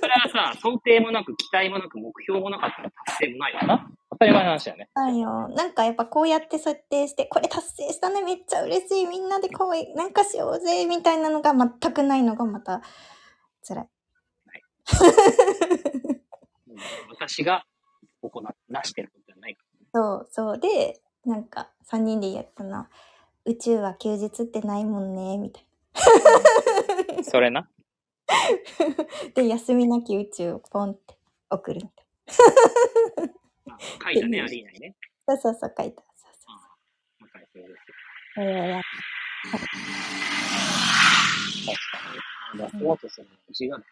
S1: それはさ、想定もなく、期待もなく、目標もなかったら達成もないよな。当たり前の話だよね。
S2: だよ。なんかやっぱこうやって設定して、これ達成したね、めっちゃ嬉しい、みんなでこう、なんかしようぜ、みたいなのが全くないのがまた辛い。
S1: 私が行な、なしてることじゃないからね。
S2: そう、そう。で、なんか3人でやったな。宇宙は休日ってないもんね、みたい
S1: それな。
S2: な。で、休みなき宇宙をポンって送るみたい
S1: あ書いたね、ありえないね。
S2: な。そうそうそう、書いた。そうそう
S1: まあそれです
S2: そう。いやいや
S1: 確かに。出そうとするの違う。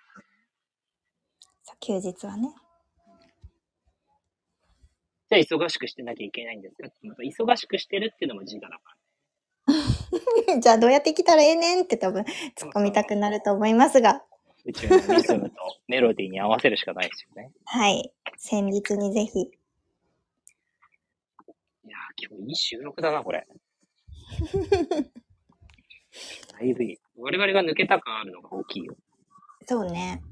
S2: そう休日はね。
S1: じゃあ忙しくしてなきゃいけないんですかまた忙しくしてるっていうのも自我だから。
S2: じゃあどうやって来たらええねんって多分突っ込みたくなると思いますが、
S1: 宇宙のリズムとメロディーに合わせるしかないですよね。
S2: はい。戦慄にぜひ。
S1: いやー、今日いい収録だな、これ。 だいぶいい。我々が抜けた感あるのが大きいよ。
S2: そうね。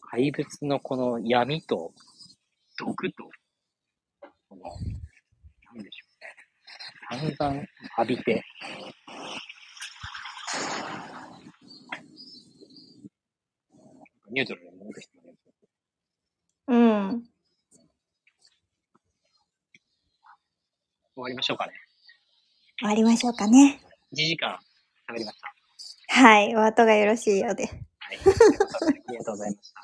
S1: 怪物のこの闇と、毒と、この、なんでしょうね。散々浴びて。ニュートラルに戻ってきてもらえます
S2: うん。
S1: 終わりましょうかね。
S2: 終わりましょうかね。
S1: 1時間喋りました。
S2: はい。お後が よろしいようで。
S1: はい。ありがとうございました。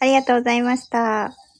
S2: ありがとうございました。